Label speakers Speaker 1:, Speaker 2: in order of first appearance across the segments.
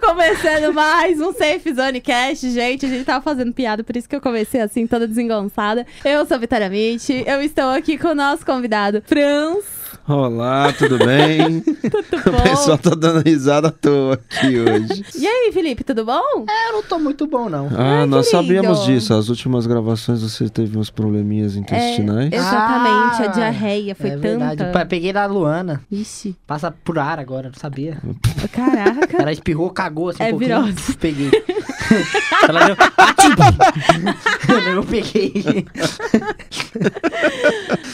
Speaker 1: Começando mais um Safe Zone Cast, gente. A gente tava fazendo piada, por isso que eu comecei assim, toda desengonçada. Eu sou a Vitória Mitch, eu estou aqui com o nosso convidado, Franz.
Speaker 2: Olá, tudo bem?
Speaker 1: Tudo
Speaker 2: o pessoal
Speaker 1: bom?
Speaker 2: tá dando risada à toa aqui hoje.
Speaker 1: E aí, Felipe, tudo bom?
Speaker 3: É, eu não tô muito bom, não.
Speaker 2: Ah,
Speaker 1: Ai,
Speaker 2: nós
Speaker 1: que lindo. É,
Speaker 2: sabíamos disso. As últimas gravações você teve uns probleminhas intestinais.
Speaker 1: Exatamente, a
Speaker 3: Ah,
Speaker 1: diarreia foi
Speaker 3: é verdade.
Speaker 1: tanta.
Speaker 3: Pa- Peguei da Luana.
Speaker 1: Ixi,
Speaker 3: Passa por ar agora, não sabia.
Speaker 1: caraca.
Speaker 3: Ela espirrou, cagou assim
Speaker 1: É
Speaker 3: um pouquinho.
Speaker 1: virose. "Ah,
Speaker 3: Peguei. Ela deu...
Speaker 1: tipo."
Speaker 3: Ati! eu peguei.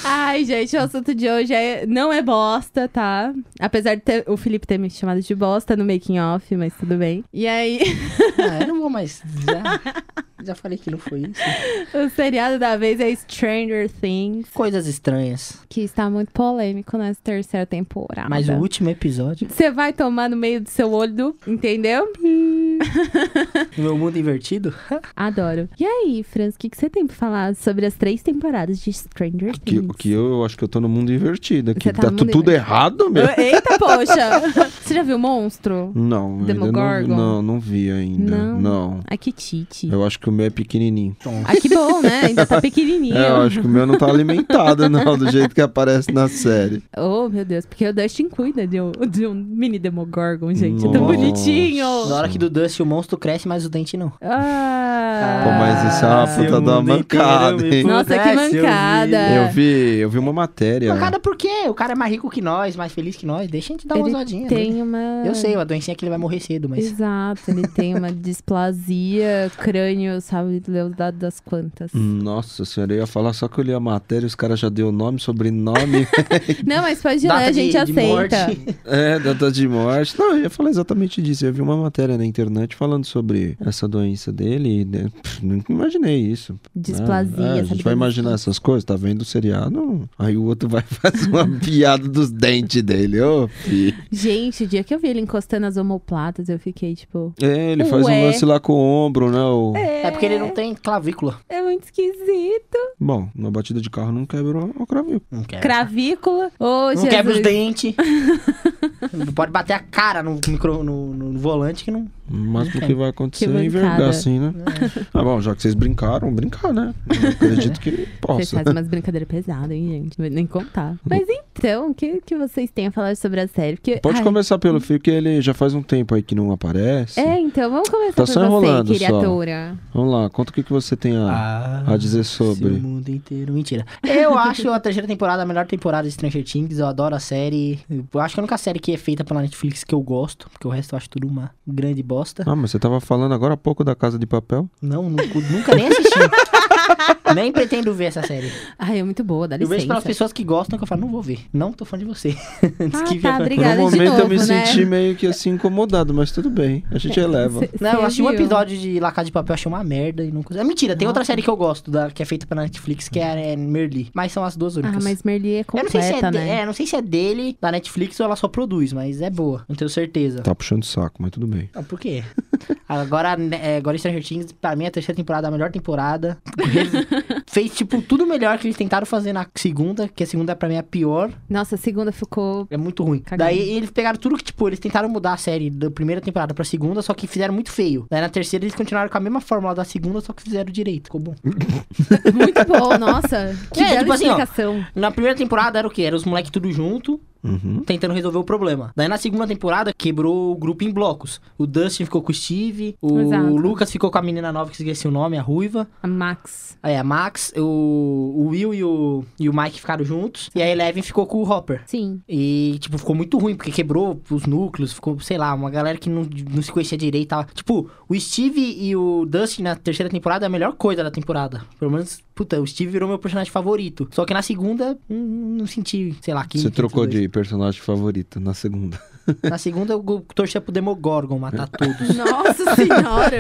Speaker 1: Ai, gente, o assunto de hoje é, não é bosta, tá? Apesar de ter- o Felipe ter me chamado de bosta no making off, mas tudo bem. E aí,
Speaker 3: Ah, eu não vou mais... Já, já falei que não foi isso.
Speaker 1: o seriado da vez é Stranger Things.
Speaker 3: Coisas estranhas.
Speaker 1: Que está muito polêmico nessa terceira temporada.
Speaker 3: Mas o último episódio...
Speaker 1: Você vai tomar no meio do seu olho, do- entendeu?
Speaker 3: No meu mundo invertido...
Speaker 1: Adoro. E aí, Franz, o que, que você tem pra falar sobre as três temporadas de Stranger
Speaker 2: Que,
Speaker 1: Things?
Speaker 2: que eu, eu acho que eu tô no mundo invertido aqui.
Speaker 1: Você tá
Speaker 2: Tá,
Speaker 1: no
Speaker 2: tu-
Speaker 1: mundo é
Speaker 2: tudo errado, meu?
Speaker 1: Eita, poxa! Você já viu o Monstro?
Speaker 2: Não, ainda não,
Speaker 1: Demogorgon?
Speaker 2: não, não vi ainda.
Speaker 1: Não.
Speaker 2: Não.
Speaker 1: Ah, que tite.
Speaker 2: Eu acho que o meu é pequenininho.
Speaker 1: Ah, que bom, né? Ainda tá pequenininho.
Speaker 2: É, eu acho que o meu não tá alimentado, não, do jeito que aparece na série.
Speaker 1: Oh, meu Deus, porque o Dustin cuida de um, de um mini Demogorgon, gente. É tão
Speaker 2: Nossa.
Speaker 1: bonitinho!
Speaker 3: Na hora que do Dust o monstro cresce, mas o dente não.
Speaker 1: Ah.
Speaker 2: Pô, mas isso é uma puta
Speaker 3: o
Speaker 2: de uma
Speaker 3: mundo inteiro
Speaker 2: mancada,
Speaker 3: me
Speaker 2: hein?
Speaker 1: Nossa, que
Speaker 3: pudesse, eu vi.
Speaker 1: mancada. É.
Speaker 2: Eu vi, eu vi uma matéria.
Speaker 1: né?
Speaker 3: Mancada por quê? O cara é mais rico que nós, mais feliz que nós. Deixa a gente dar uma
Speaker 1: Ele
Speaker 3: zodinha.
Speaker 1: Tem uma.
Speaker 3: Eu sei, uma doencinha é que ele vai morrer cedo, mas.
Speaker 1: Exato, ele tem uma displasia crânio, sabe, leudado das quantas.
Speaker 2: Hum. Nossa senhora, eu ia falar só que eu li a matéria, os caras já deu nome, sobrenome,
Speaker 1: Não, mas pode ir lá, né? a gente aceita.
Speaker 2: é, data de morte. Não, eu ia falar exatamente disso. Eu vi uma matéria na internet falando sobre essa doença dele e né, pff, nunca imaginei isso.
Speaker 1: Displasia,
Speaker 2: Ah, é, a
Speaker 1: sabe,
Speaker 2: gente vai imaginar essas coisas, tá vendo o seriado? Aí o outro vai fazer uma piada dos dentes dele, ô fi.
Speaker 1: Gente, o dia que eu vi ele encostando as omoplatas, eu fiquei tipo.
Speaker 2: É, ele faz
Speaker 1: Ué.
Speaker 2: um lance lá com o ombro, né? o-
Speaker 3: É porque ele não tem clavícula.
Speaker 1: É muito esquisito.
Speaker 2: Bom, na batida de carro não quebra o cravio.
Speaker 3: Não quebra.
Speaker 1: É. Cravícula. Ô,
Speaker 3: não
Speaker 1: Jesus.
Speaker 3: quebra os dentes. Não Pode bater a cara no, micro, no, no volante que não.
Speaker 2: O máximo que vai acontecer
Speaker 1: Que
Speaker 2: é envergar
Speaker 1: bancada.
Speaker 2: assim, né? Ah, bom, já que vocês brincaram, brincar, né? Eu acredito que
Speaker 1: Você
Speaker 2: possa.
Speaker 1: faz umas brincadeiras pesadas, hein, gente? Não vou Nem
Speaker 2: Uhum.
Speaker 1: contar. Mas então, o que, que vocês têm a falar sobre a série? Porque, ah,
Speaker 2: Pode
Speaker 1: ai,
Speaker 2: começar pelo Fio, que ele já faz um tempo aí que não aparece.
Speaker 1: É, então, vamos começar
Speaker 2: Tá
Speaker 1: por
Speaker 2: só
Speaker 1: você,
Speaker 2: enrolando só.
Speaker 1: criatura.
Speaker 2: Vamos lá, conta o que, que você tem a, a dizer
Speaker 3: Ah, O
Speaker 2: Ah, sobre.
Speaker 3: mundo inteiro. Mentira. Eu acho a terceira temporada a melhor temporada de Stranger Things. Eu adoro a série. Eu acho que a única série que é feita pela Netflix que eu gosto. Porque o resto eu acho tudo uma grande bosta.
Speaker 2: Ah, mas você tava falando agora há pouco da Casa de Papel?
Speaker 3: Não, nunca, nunca nem assisti. nem pretendo ver essa série.
Speaker 1: Ai, é muito boa, dá
Speaker 3: Eu vejo
Speaker 1: licença.
Speaker 3: pelas pessoas que gostam que eu falo, não vou ver. Não tô fã de você. Diz
Speaker 1: Ah,
Speaker 3: que
Speaker 1: tá,
Speaker 3: vê-
Speaker 1: obrigada
Speaker 2: Por um
Speaker 1: de
Speaker 2: momento eu
Speaker 1: novo,
Speaker 2: me
Speaker 1: né?
Speaker 2: senti meio que assim incomodado, mas tudo bem, a gente eleva.
Speaker 1: Cê-
Speaker 3: Não, eu
Speaker 1: cê
Speaker 3: achei um
Speaker 1: viu? Ah, tá.
Speaker 3: episódio de La Casa de Papel, achei uma merda e não consegui. É mentira, tem outra série que eu gosto, da, que é feita pela Netflix, que é, é Merli. Mas são as duas
Speaker 1: Ah,
Speaker 3: únicas.
Speaker 1: mas Merli é
Speaker 3: eu não
Speaker 1: completa,
Speaker 3: sei se é, de-
Speaker 1: né?
Speaker 3: é, não sei se é dele, da Netflix, ou ela só produz, mas é boa, não tenho certeza.
Speaker 2: Tá puxando o saco, mas tudo bem.
Speaker 3: Ah, por quê? agora, né, é, agora Stranger Things, pra mim, a terceira temporada é a melhor temporada. Eles fez, tipo, tudo melhor que eles tentaram fazer na segunda, que a segunda, pra mim, é a pior.
Speaker 1: Nossa, a segunda ficou.
Speaker 3: É muito ruim.
Speaker 1: Cagada.
Speaker 3: Daí eles pegaram tudo que, tipo, eles tentaram mudar a série da primeira temporada pra segunda, só que fizeram muito feio. Daí na terceira eles continuaram com a mesma fórmula da segunda, só que fizeram direito. Ficou bom.
Speaker 1: Muito boa, nossa. Que
Speaker 3: É,
Speaker 1: bela
Speaker 3: tipo assim, ó.
Speaker 1: explicação.
Speaker 3: Na primeira temporada era o quê? Era os moleques tudo junto,
Speaker 2: Uhum.
Speaker 3: tentando resolver o problema. Daí na segunda temporada quebrou o grupo em blocos. O Dustin ficou com o Steve, o
Speaker 1: Exato.
Speaker 3: Lucas ficou com a menina nova que esqueci o nome, a Ruiva.
Speaker 1: A Max.
Speaker 3: Aí a Max, o, o Will e o, e o Mike ficaram juntos. E a Eleven ficou com o Hopper.
Speaker 1: Sim.
Speaker 3: E, tipo, ficou muito ruim, porque quebrou os núcleos, ficou, sei lá, uma galera que não, não se conhecia direito. Tava... Tipo, o Steve e o Dustin na terceira temporada é a melhor coisa da temporada. Pelo menos, puta, o Steve virou meu personagem favorito. Só que na segunda, hum, não senti, sei lá, que.
Speaker 2: Você trocou de personagem favorito na segunda.
Speaker 3: Na segunda, eu go- torcia pro Demogorgon matar todos.
Speaker 1: Nossa senhora.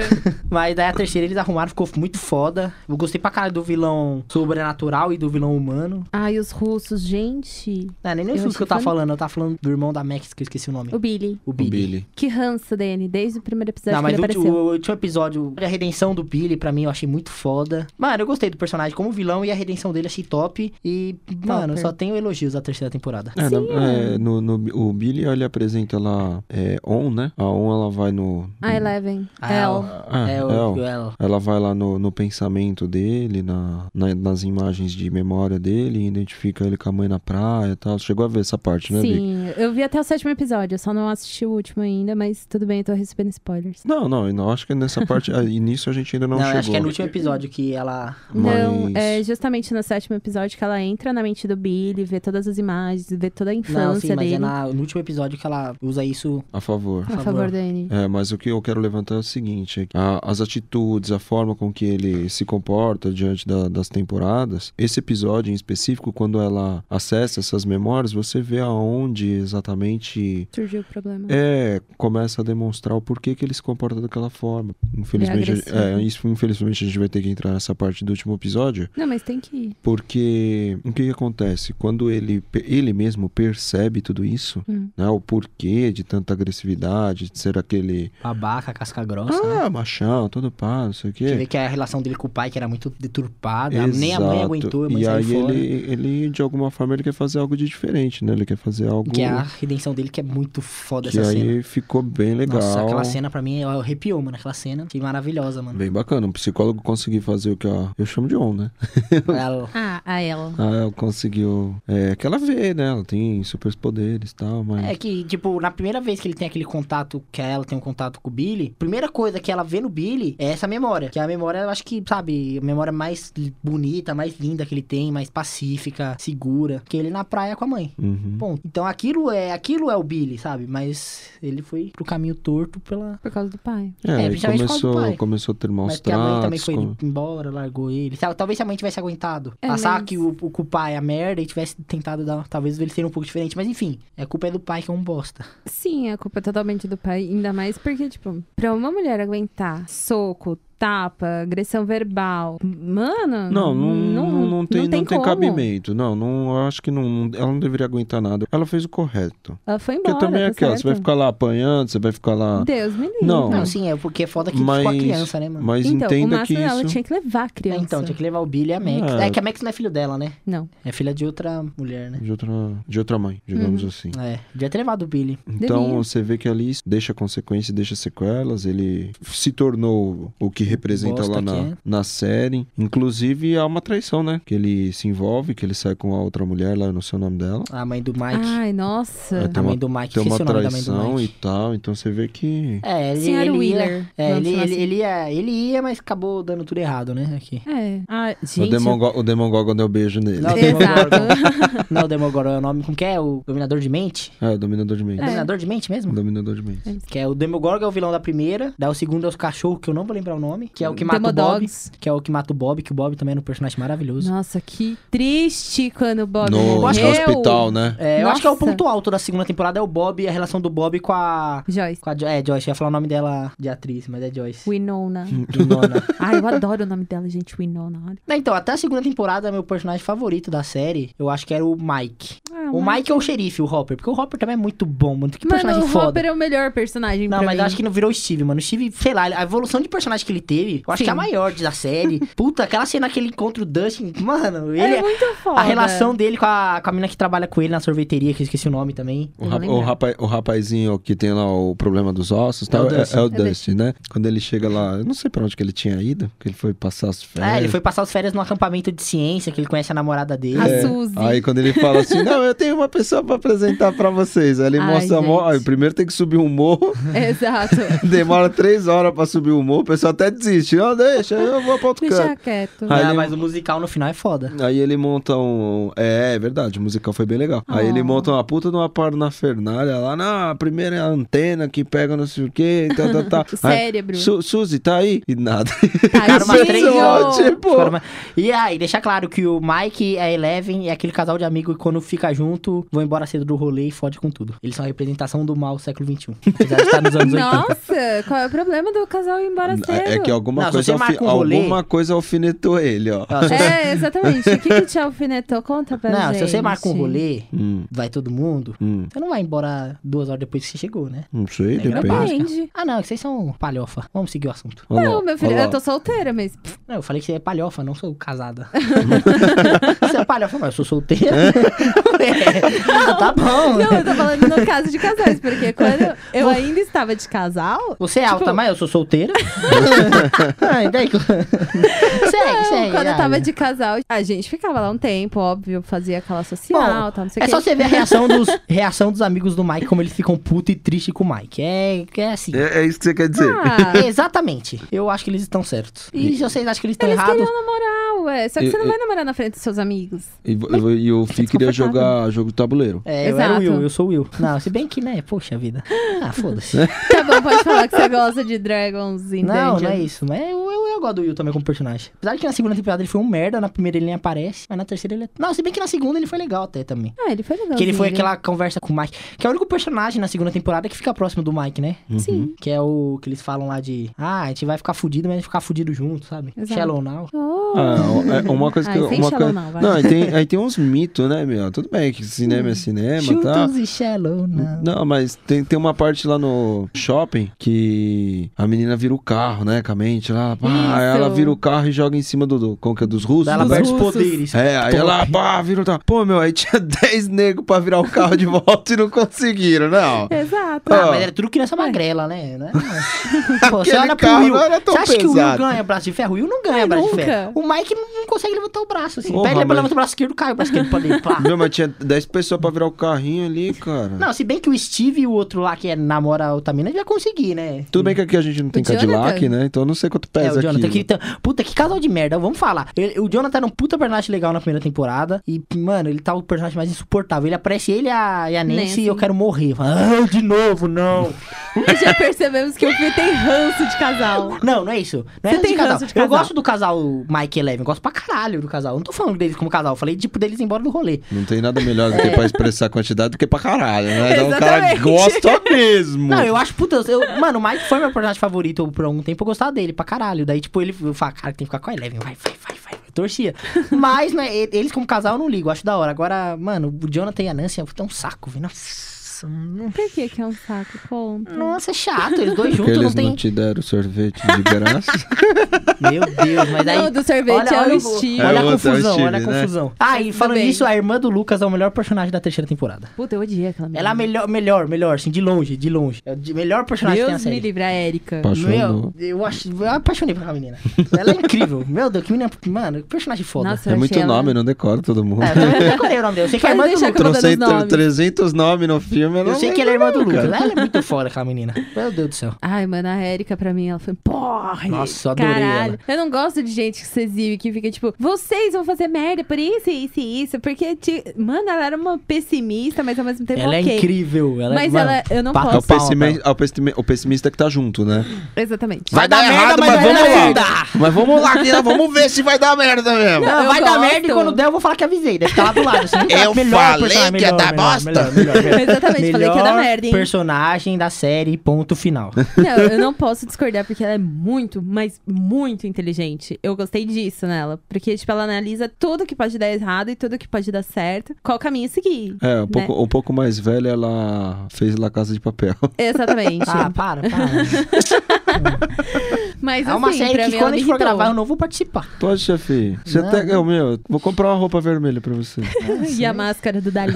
Speaker 3: Mas daí a terceira eles arrumaram, ficou muito foda. Eu gostei pra caralho do vilão sobrenatural e do vilão humano.
Speaker 1: Ai, os russos, gente.
Speaker 3: Não, nem nem
Speaker 1: Eu
Speaker 3: o que
Speaker 1: achei
Speaker 3: eu tava
Speaker 1: fan-
Speaker 3: falando, eu tava falando do irmão da Max, que eu esqueci o nome.
Speaker 1: O Billy.
Speaker 3: O
Speaker 2: O
Speaker 3: Billy.
Speaker 2: Billy.
Speaker 1: Que ranço, Dani, desde o primeiro episódio
Speaker 3: Não,
Speaker 1: que
Speaker 3: mas
Speaker 1: ele
Speaker 3: o,
Speaker 1: apareceu.
Speaker 3: o último episódio, a redenção do Billy, pra mim, eu achei muito foda. Mano, eu gostei do personagem como vilão e a redenção dele achei top. E, mano, eu só tenho elogios da terceira temporada.
Speaker 2: É, na- é, no, no- o Billy, olha, apresenta lá é, On, né? A On ela vai no.
Speaker 1: A Eleven.
Speaker 3: Ah,
Speaker 1: El.
Speaker 3: ela-
Speaker 2: Ah,
Speaker 3: é,
Speaker 2: El.
Speaker 3: o El.
Speaker 2: Ela vai lá no, no pensamento dele, na, na- nas imagens de memória dele, identifica ele com a mãe na praia e tal. Você Chegou a ver essa parte, né, Vicky?
Speaker 1: Sim, eu vi até o sétimo episódio, eu só não assisti o último ainda, mas tudo bem, eu tô recebendo spoilers.
Speaker 2: Não, não, eu não, acho que nessa parte, aí, nisso a gente ainda não,
Speaker 3: Não,
Speaker 2: chegou.
Speaker 3: acho que é no último episódio que ela.
Speaker 1: Não,
Speaker 2: Mas-
Speaker 1: é justamente no sétimo episódio que ela entra na mente do Billy, vê todas as imagens, vê toda a infância
Speaker 3: Não, sim, mas
Speaker 1: dele.
Speaker 3: é na- no último episódio que ela usa isso.
Speaker 2: A favor.
Speaker 1: A favor
Speaker 3: favor.
Speaker 1: dele.
Speaker 2: É, mas o que eu quero levantar é o seguinte: é que a- as atitudes, a forma com que ele se comporta diante da- das temporadas, esse episódio em específico, quando ela acessa essas memórias, você vê aonde exatamente
Speaker 1: Surgiu o problema.
Speaker 2: é, começa a demonstrar o porquê que ele se comporta daquela forma. Infelizmente,
Speaker 1: agressivo.
Speaker 2: é, isso, infelizmente a gente vai ter que entrar nessa parte do último episódio,
Speaker 1: Não, mas tem que ir.
Speaker 2: porque o que, que acontece? Quando ele, pe- ele mesmo percebe tudo isso,
Speaker 1: Hum.
Speaker 2: né, o porquê de tanta agressividade, de ser aquele
Speaker 3: Babaca, casca grossa, né?
Speaker 2: ah, machão, todo pá, não sei o
Speaker 3: Você
Speaker 2: quê.
Speaker 3: vê que a relação dele com o pai, que era muito deturpada, nem a mãe
Speaker 2: É. Exato.
Speaker 3: aguentou, mas
Speaker 2: E
Speaker 3: saiu
Speaker 2: aí
Speaker 3: fora.
Speaker 2: ele, ele, de alguma forma, ele quer fazer algo de diferente, né? Ele quer fazer algo
Speaker 3: Que é a redenção dele que é muito foda
Speaker 2: que
Speaker 3: essa
Speaker 2: aí
Speaker 3: cena.
Speaker 2: ficou bem legal.
Speaker 3: Nossa, aquela cena pra mim eu arrepiou, mano. Aquela cena que maravilhosa, mano.
Speaker 2: Bem bacana, um psicólogo conseguiu fazer o que ó, eu chamo de on, né?
Speaker 3: Ela-
Speaker 1: Ah, a ela.
Speaker 2: Ah, ela conseguiu. É, que ela vê, né? Ela tem superpoderes e tal, mas.
Speaker 3: É que, tipo, na primeira vez que ele tem aquele contato, que ela tem um contato com o Billy, primeira coisa que ela vê no Billy é essa memória. Que é a memória, eu acho que, sabe, a memória mais li- bonita, mais linda que ele tem, mais pacífica, segura. Que ele na praia com a mãe.
Speaker 2: Uhum.
Speaker 3: Bom, então aquilo é, aquilo é o Billy, sabe? Mas ele foi pro caminho torto pela. né,
Speaker 1: Por causa do pai.
Speaker 2: É, aí
Speaker 3: principalmente por causa do
Speaker 2: começou,
Speaker 3: pai.
Speaker 2: começou a ter maus
Speaker 3: Mas que a mãe também
Speaker 2: tratos.
Speaker 3: foi
Speaker 2: com-
Speaker 3: embora, largou ele. Sabe, Talvez se a mãe tivesse aguentado.
Speaker 1: É,
Speaker 3: passar
Speaker 1: mas-
Speaker 3: que o, o com o pai é a merda e tivesse tentado dar. Talvez ele seria um pouco diferente. Mas enfim, a culpa é do pai que é um bosta.
Speaker 1: Sim, a culpa é totalmente do pai, ainda mais porque, tipo, pra uma mulher aguentar soco, tapa, agressão verbal, mano.
Speaker 2: Não, não, não, não, tem, não tem,
Speaker 1: como.
Speaker 2: cabimento. Não, não, eu acho que não, não- ela não deveria aguentar nada. Ela fez o correto.
Speaker 1: Ela foi
Speaker 2: Porque
Speaker 1: embora.
Speaker 2: também é
Speaker 1: tá
Speaker 2: aquela, você vai
Speaker 1: certo?
Speaker 2: ficar lá apanhando, você vai ficar lá.
Speaker 1: Deus me livre.
Speaker 2: Não,
Speaker 3: Não, sim, é porque é foda que
Speaker 2: mas
Speaker 3: ficou a criança, né, mano?
Speaker 2: mas
Speaker 1: então, o
Speaker 2: entenda que
Speaker 1: máximo ela
Speaker 2: isso.
Speaker 1: tinha que levar a
Speaker 3: É,
Speaker 1: criança.
Speaker 3: Então, tinha que levar o Billy e a Max.
Speaker 2: Ah.
Speaker 3: É que a Max não é filho dela, né?
Speaker 1: Não,
Speaker 3: É filha de outra mulher, né?
Speaker 2: De outra, de outra mãe, digamos assim.
Speaker 3: É, devia ter levado o Billy.
Speaker 2: Então
Speaker 1: Devia.
Speaker 2: você vê que ali isso deixa consequência, deixa sequelas. Ele se tornou o que representa
Speaker 3: Bosta
Speaker 2: lá na,
Speaker 3: que é.
Speaker 2: na série. Inclusive há uma traição, né? Que ele se envolve, que ele sai com a outra mulher lá, eu não sei o nome dela.
Speaker 3: A mãe do Mike.
Speaker 1: Ai, nossa.
Speaker 2: É,
Speaker 3: a
Speaker 2: tem
Speaker 3: mãe
Speaker 2: uma-
Speaker 3: do Mike.
Speaker 2: Tem uma
Speaker 3: Esqueci o nome da mãe do
Speaker 2: traição e
Speaker 3: Mike.
Speaker 2: tal. Então você vê que.
Speaker 3: É, ele,
Speaker 1: Senhora
Speaker 3: ele ia...
Speaker 1: Wheeler.
Speaker 3: É,
Speaker 1: vamos
Speaker 3: ele,
Speaker 1: falar
Speaker 3: ele,
Speaker 1: assim.
Speaker 3: ele ia, ele ia, mas acabou dando tudo errado, né? Aqui.
Speaker 1: É. Ah,
Speaker 2: O
Speaker 1: gente.
Speaker 2: Demogorgon, o Demogorgon deu beijo nele.
Speaker 3: Não, o Demogorgon.
Speaker 1: Exato.
Speaker 3: Não, o Demogorgon é o nome. Como que é? O Dominador de Mente?
Speaker 2: É, o Dominador de
Speaker 3: É.
Speaker 2: Mentes.
Speaker 3: Dominador de Mente mesmo?
Speaker 2: Dominador de Mentes.
Speaker 3: Que é o Demogorgon é o vilão da primeira. Daí o segundo é os cachorros, que eu não vou lembrar o nome. Que é o que mata o Bob.
Speaker 1: Demodogs.
Speaker 3: Que é o que mata o Bob, que o Bob também era um personagem maravilhoso.
Speaker 1: Nossa, que triste quando o Bob
Speaker 2: No, no
Speaker 1: morreu.
Speaker 2: hospital, né?
Speaker 3: É, eu acho que é o
Speaker 1: Nossa.
Speaker 3: ponto alto da segunda temporada é o Bob e a relação do Bob com a.
Speaker 1: Joyce.
Speaker 3: Com a Jo- é, Joyce. Eu ia falar o nome dela de atriz, mas é Joyce.
Speaker 1: Winona.
Speaker 3: Winona.
Speaker 1: Ai, eu adoro o nome dela, gente. Winona. olha.
Speaker 3: Não, então, até a segunda temporada, meu personagem favorito da série, eu acho que era o Mike.
Speaker 1: Ah,
Speaker 3: o
Speaker 1: mas-
Speaker 3: Mike é o xerife, o Hopper, porque o Hopper também é muito bom, mano. Que
Speaker 1: Mano,
Speaker 3: personagem
Speaker 1: o
Speaker 3: foda.
Speaker 1: Hopper é o melhor personagem
Speaker 3: Não,
Speaker 1: pra
Speaker 3: mas
Speaker 1: mim.
Speaker 3: eu acho que não virou o Steve, mano. O Steve, sei lá, a evolução de personagem que ele teve, eu acho
Speaker 1: Sim.
Speaker 3: que é a maior da série. Puta, aquela cena que ele encontra o Dustin, mano, ele
Speaker 1: É muito foda.
Speaker 3: A relação dele com a, com a mina que trabalha com ele na sorveteria, que eu esqueci o nome também.
Speaker 2: O,
Speaker 1: Eu vou
Speaker 2: rapa- o
Speaker 1: lembrar.
Speaker 2: rapa- o rapazinho que tem lá o problema dos ossos e tal,
Speaker 3: É o
Speaker 2: é,
Speaker 3: Dustin.
Speaker 2: é
Speaker 3: É
Speaker 2: o
Speaker 3: o
Speaker 2: Dustin, né? Quando ele chega lá, eu não sei pra onde que ele tinha ido, que ele foi passar as férias.
Speaker 3: É, ele foi passar as férias num acampamento de ciência, que ele conhece a namorada dele.
Speaker 1: A
Speaker 2: É,
Speaker 1: Suzy.
Speaker 2: Aí quando ele fala assim, não, eu tenho uma pessoa pra apresentar pra vocês. Aí ele
Speaker 1: Ai,
Speaker 2: mostra a
Speaker 1: gente.
Speaker 2: mão. Primeiro tem que subir um morro,
Speaker 1: Exato.
Speaker 2: demora três horas pra subir um morro, o pessoal até desiste. Não, deixa, eu vou pra outro
Speaker 1: Deixa
Speaker 2: canto.
Speaker 1: quieto.
Speaker 2: Ah,
Speaker 3: Ah,
Speaker 2: ele-
Speaker 3: mas o musical no final é foda.
Speaker 2: Aí ele monta um. É, é verdade, o musical foi bem legal. Aí ele
Speaker 1: Oh.
Speaker 2: monta uma puta de uma parnafernália lá na a primeira é a antena que pega não sei o quê, tá, tá, tá. Aí,
Speaker 1: Cérebro.
Speaker 2: Su Suzy, tá aí? E nada.
Speaker 1: Tadinho.
Speaker 3: umas três
Speaker 2: Pessoal, tipo,
Speaker 3: Ficaram uma- E aí, deixar claro que o Mike e a Eleven é aquele casal de amigo que quando fica junto, vão embora cedo do rolê e fode com tudo. Eles são a representação do mal do século XXI. Apesar de um. estar nos anos 80.
Speaker 1: Nossa, qual é o problema do casal ir embora cedo?
Speaker 2: É Porque alguma,
Speaker 3: Não, se
Speaker 2: coisa,
Speaker 3: você marca
Speaker 2: alfi-
Speaker 3: um rolê-
Speaker 2: alguma coisa alfinetou ele, ó.
Speaker 3: Ó, se-
Speaker 1: É, exatamente. O que, que te alfinetou? Conta pra
Speaker 3: Não,
Speaker 1: gente.
Speaker 3: se você marca um rolê,
Speaker 2: Hum,
Speaker 3: vai todo mundo.
Speaker 2: hum,
Speaker 3: Você não vai embora duas horas depois que você chegou, né?
Speaker 2: não sei,
Speaker 3: Regra
Speaker 2: depende.
Speaker 3: básica.
Speaker 1: Depende.
Speaker 3: Ah, não, é que vocês são palhofa. Vamos seguir o assunto.
Speaker 2: Olha lá,
Speaker 1: Não, meu filho,
Speaker 2: olha lá.
Speaker 1: eu tô solteira, mas.
Speaker 3: Não, eu falei que você é palhofa, não sou casada. você é palhofa, mas eu sou solteira. É, tá bom.
Speaker 1: Não, eu tô falando no caso de casais, porque quando eu ainda estava de casal.
Speaker 3: Você é alta, mas eu sou solteira. ah, e daí? que- segue,
Speaker 1: Não,
Speaker 3: segue.
Speaker 1: quando eu tava
Speaker 3: olha.
Speaker 1: de casal, a gente ficava lá um tempo, óbvio, fazia aquela social, tal, não sei o
Speaker 3: É
Speaker 1: que.
Speaker 3: só você ver a reação dos, reação dos amigos do Mike, como eles ficam puto e triste com o Mike. É, é assim.
Speaker 2: É, é isso que você quer dizer.
Speaker 1: Ah,
Speaker 3: Exatamente. Eu acho que eles estão certos. E se vocês acham que eles estão
Speaker 1: eles
Speaker 3: errados,
Speaker 1: queriam namorar, ué. Só que
Speaker 2: Eu-
Speaker 1: você não
Speaker 2: eu-
Speaker 1: vai namorar na frente dos seus amigos.
Speaker 2: E, vo- e o Fih queria
Speaker 1: desconfortável.
Speaker 2: jogar jogo de tabuleiro.
Speaker 3: É, eu era o
Speaker 1: Exato.
Speaker 3: Will, eu sou o Will. Não, se bem que, né, poxa vida. Ah, foda-se.
Speaker 1: Tá bom, pode falar que você gosta de Dragons in
Speaker 3: não,
Speaker 1: Dungeon.
Speaker 3: não é isso. Mas eu, eu, eu gosto do Will também como personagem. Apesar de que na segunda temporada ele foi um merda, na primeira ele nem aparece, mas na terceira ele é... Não, se bem que na segunda ele foi legal até também.
Speaker 1: Ah, ele foi legal.
Speaker 3: Que ele foi aquela conversa com o Mike. Que é o único personagem na segunda temporada que fica próximo do Mike, né?
Speaker 2: Hum?
Speaker 1: Sim.
Speaker 3: Que é o que eles falam lá de... Ah, a gente vai ficar fudido, mas a gente ficar fudido junto, sabe?
Speaker 1: Exato.
Speaker 3: Shallow now.
Speaker 1: Oh.
Speaker 2: Ah, é uma coisa que
Speaker 1: Ai,
Speaker 2: eu-
Speaker 1: sem
Speaker 2: uma
Speaker 1: xalão
Speaker 2: coisa-
Speaker 1: não, vai. Hum.
Speaker 2: aí tem, aí tem uns mitos, né, meu? Tudo bem que cinema é cinema, tá?
Speaker 3: Juntos e shallow now.
Speaker 2: Não, mas tem, tem uma parte lá no shopping que a menina vira o carro, né? Com a mente lá, pá,
Speaker 1: Isso.
Speaker 2: aí ela vira o carro e joga em cima do. do como que é? Dos russos?
Speaker 3: Daí ela
Speaker 2: né?
Speaker 3: perde os
Speaker 1: russos.
Speaker 3: poderes.
Speaker 2: É, aí ela, pá, vira o carro. Pô, meu, aí tinha 10 negros pra virar o carro de volta e não conseguiram, né? não.
Speaker 1: Exato.
Speaker 3: Ah,
Speaker 2: Ah.
Speaker 3: mas era tudo criança magrela, né? Não é? Pô, você
Speaker 2: Aquele
Speaker 3: olha pro
Speaker 2: carro
Speaker 3: Will.
Speaker 2: não era tão
Speaker 3: você acha que o Will
Speaker 2: pesado.
Speaker 3: ganha braço de ferro? O Will não ganha
Speaker 1: Não,
Speaker 3: braço
Speaker 1: nunca.
Speaker 3: de ferro. O Mike não não consegue levantar o braço, assim.
Speaker 2: Porra,
Speaker 3: Pega, ele
Speaker 2: mas-
Speaker 3: levanta o braço esquerdo, cai o braço esquerdo pra dentro. Plá.
Speaker 2: Meu, mas tinha 10 pessoas pra virar o carrinho ali, cara.
Speaker 3: Não, se bem que o Steve e o outro lá que é, namora a Otamina já conseguir, né?
Speaker 2: Tudo bem que aqui a gente não tem
Speaker 1: Jonathan.
Speaker 2: Cadillac, né? Então eu não sei quanto
Speaker 3: É,
Speaker 2: pesa
Speaker 3: o Jonathan.
Speaker 2: aquilo.
Speaker 3: Que, tá- puta, que casal de merda. Vamos falar. Ele- o Jonathan era um puta personagem legal na primeira temporada. E, mano, ele tá o personagem mais insuportável. Ele aparece ele a, e a Nancy,
Speaker 1: Nancy.
Speaker 3: e eu quero morrer. Fala, ah, de novo, não.
Speaker 1: Já percebemos que o Fih tem ranço de casal.
Speaker 3: Não, não é isso. Não é
Speaker 1: Você
Speaker 3: esse
Speaker 1: tem
Speaker 3: casal.
Speaker 1: ranço de
Speaker 3: Eu
Speaker 1: casal.
Speaker 3: gosto do casal Mike e Eleven. Gosto pra caralho do casal. Não tô falando deles como casal. Eu falei, tipo, deles embora do rolê.
Speaker 2: Não tem nada melhor do que pra expressar a quantidade do que pra caralho, né? Então o cara
Speaker 1: Exatamente.
Speaker 2: gosta mesmo.
Speaker 3: Não, eu acho, puta, eu, mano, o Mike foi meu personagem favorito por algum tempo. Eu gostava dele pra caralho. Daí, tipo, ele eu falava, cara, tem que ficar com a Eleven. Vai, vai, vai, vai. Eu torcia. Mas, né, e- eles como casal eu não ligo. eu Acho da hora. Agora, mano, o Jonathan e a Nancy é puta, é um saco, velho. Nossa, não-
Speaker 1: Por que que é um saco? Conta.
Speaker 3: nossa, é chato. Eles dois
Speaker 2: Porque
Speaker 3: juntos não
Speaker 2: eles
Speaker 3: tem.
Speaker 2: não te deram sorvete de graça.
Speaker 3: Meu Deus, mas aí.
Speaker 1: Não, do sorvete é o
Speaker 3: vo-
Speaker 1: Steve.
Speaker 2: É
Speaker 3: Olha a
Speaker 2: o outro, é o
Speaker 3: confusão, olha a
Speaker 2: Steve, né?
Speaker 3: confusão. Ah, e
Speaker 1: Tudo
Speaker 3: falando
Speaker 1: bem.
Speaker 3: nisso, a irmã do Lucas é o melhor personagem da terceira temporada.
Speaker 1: Puta, eu odiei aquela menina.
Speaker 3: Ela é a melhor, melhor, melhor, assim, de longe, de longe. É o de- melhor personagem que tem na
Speaker 1: Deus me
Speaker 3: série.
Speaker 1: livre, a Erika.
Speaker 2: Apaixonou.
Speaker 3: Meu, é eu, ach... eu apaixonei por aquela menina. Ela é incrível. Meu Deus, que menina. Mano, que personagem foda.
Speaker 1: Nossa, eu
Speaker 2: É
Speaker 1: achei
Speaker 2: muito
Speaker 1: ela-
Speaker 2: nome, não decora todo mundo.
Speaker 3: É, eu também não decorei o nome dela. Eu sei que é a irmã
Speaker 1: Pode
Speaker 3: do
Speaker 1: deixar
Speaker 3: Lucas.
Speaker 1: que eu vou dando
Speaker 2: Trouxe
Speaker 1: os nomes.
Speaker 2: 300 nomes no filme.
Speaker 3: Eu
Speaker 2: não
Speaker 3: sei que ela é irmã do Lucas. Ela é muito foda, aquela menina. Meu Deus do céu.
Speaker 1: Ai, mano, a Erika pra mim, ela foi. Porra!
Speaker 3: Nossa, eu adorei
Speaker 1: Caralho.
Speaker 3: ela.
Speaker 1: Eu não gosto de gente que se exibe, que fica tipo, vocês vão fazer merda por isso, isso e isso. Porque, ti- mano, ela era uma pessimista, mas ao mesmo tempo
Speaker 3: Ela é
Speaker 1: ok.
Speaker 3: incrível. Ela
Speaker 1: Mas
Speaker 3: é, mano,
Speaker 1: ela- eu não
Speaker 3: bata
Speaker 2: É o,
Speaker 1: posso.
Speaker 3: palma pra
Speaker 2: pessimi-
Speaker 3: ela.
Speaker 2: é o pessimi- o pessimista que tá junto, né?
Speaker 1: Exatamente.
Speaker 3: Vai dar merda, mas é vai dar.
Speaker 2: Mas vamos lá, que nós vamos ver se vai dar merda mesmo.
Speaker 3: Não,
Speaker 1: eu
Speaker 3: vai dar
Speaker 1: gosto.
Speaker 3: merda e quando der eu vou falar que avisei. Deve ficar lá do lado. Assim,
Speaker 2: Eu
Speaker 3: melhor
Speaker 2: falei
Speaker 3: personagem,
Speaker 2: que ia
Speaker 3: melhor,
Speaker 2: dar
Speaker 3: melhor,
Speaker 2: bosta.
Speaker 3: Melhor, melhor, melhor.
Speaker 1: Exatamente, falei que ia dar
Speaker 3: Melhor
Speaker 1: merda, hein?
Speaker 3: personagem da série, ponto final.
Speaker 1: Não, eu não posso discordar, porque ela é muito, mas muito inteligente. Eu gostei disso nela. Porque, tipo, ela analisa tudo que pode dar errado e tudo que pode dar certo. Qual caminho seguir.
Speaker 2: É, um
Speaker 1: né?
Speaker 2: pouco, um pouco mais velha, ela fez La Casa de Papel.
Speaker 1: Exatamente.
Speaker 3: Ah, para, para.
Speaker 1: mas
Speaker 3: É uma
Speaker 1: assim, pra
Speaker 3: série
Speaker 1: mim,
Speaker 3: que
Speaker 1: ela
Speaker 3: quando a gente for
Speaker 1: me irritou.
Speaker 3: gravar, eu não vou participar.
Speaker 2: Pode, chefe. Você
Speaker 3: Não.
Speaker 2: até. Eu, meu, vou comprar uma roupa vermelha pra você.
Speaker 1: E a máscara do Dali.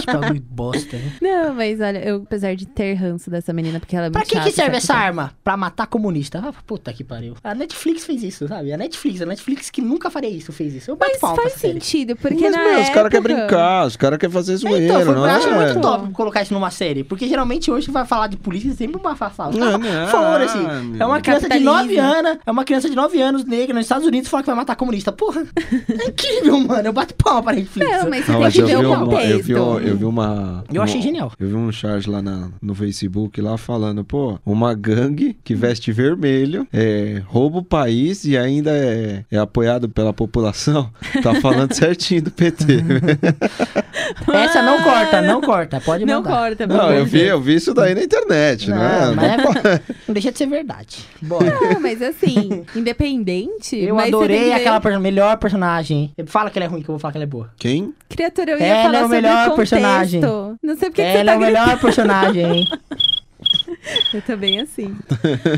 Speaker 3: que
Speaker 1: é
Speaker 3: bagulho bosta, né?
Speaker 1: não, mas olha, eu, apesar de ter ranço dessa menina, porque ela é
Speaker 3: Pra
Speaker 1: muito
Speaker 3: que, que
Speaker 1: chata,
Speaker 3: serve
Speaker 1: sabe?
Speaker 3: essa arma? Pra matar comunista. Ah, puta que pariu. A Netflix fez isso, sabe? A Netflix, a Netflix que nunca faria isso, fez isso. Eu bato
Speaker 1: Mas
Speaker 3: palma pra
Speaker 1: faz
Speaker 3: essa série.
Speaker 1: sentido, porque
Speaker 2: Mas,
Speaker 1: na
Speaker 2: meu, os caras querem
Speaker 1: época-
Speaker 2: brincar, os caras querem fazer zoeira,
Speaker 3: Então, foi,
Speaker 2: não
Speaker 3: eu acho
Speaker 2: é?
Speaker 3: muito top colocar isso numa série. Porque geralmente hoje vai falar de polícia e sempre uma afastada.
Speaker 2: Não, não,
Speaker 3: Foda-se. É uma
Speaker 2: meu.
Speaker 3: criança de
Speaker 1: Capitalismo.
Speaker 3: 9 anos. É uma criança de 9 anos negra nos Estados Unidos fala que vai matar comunista. Porra, é incrível, mano. Eu bato palma pra Netflix.
Speaker 1: Não, mas você
Speaker 2: Não,
Speaker 1: tem
Speaker 2: mas
Speaker 1: que
Speaker 2: eu
Speaker 1: ver
Speaker 2: vi,
Speaker 1: o
Speaker 2: uma, eu,
Speaker 1: contexto.
Speaker 2: vi, um- eu vi uma.
Speaker 3: Eu achei
Speaker 2: um-
Speaker 3: genial.
Speaker 2: Eu vi um charge lá na- no Facebook lá falando, pô, uma gangue que veste vermelho, é, rouba o país e ainda é, é apoiado pela população. Tá falando certinho do PT.
Speaker 3: Essa não corta, não corta. Pode
Speaker 1: Ah, Não
Speaker 3: mandar.
Speaker 1: corta,
Speaker 2: não,
Speaker 1: pelo
Speaker 2: eu
Speaker 1: amor de
Speaker 2: vi,
Speaker 1: Deus.
Speaker 2: eu vi isso daí na internet,
Speaker 3: Não, é
Speaker 2: né?
Speaker 3: mas é- não deixa de ser verdade. Bora.
Speaker 1: Não, mas assim, independente.
Speaker 3: Eu
Speaker 1: mas você tem
Speaker 3: adorei
Speaker 1: que ver-
Speaker 3: aquela per- melhor personagem. Fala que ela é ruim, que eu vou falar que ela é boa.
Speaker 2: Quem?
Speaker 1: Criatura, eu ia
Speaker 3: Ela
Speaker 1: falar
Speaker 3: é o
Speaker 1: sobre
Speaker 3: melhor
Speaker 1: contexto.
Speaker 3: personagem.
Speaker 1: Não sei porque que você
Speaker 3: ela
Speaker 1: tá
Speaker 3: é o
Speaker 1: gritando.
Speaker 3: melhor personagem, hein?
Speaker 1: Eu também assim.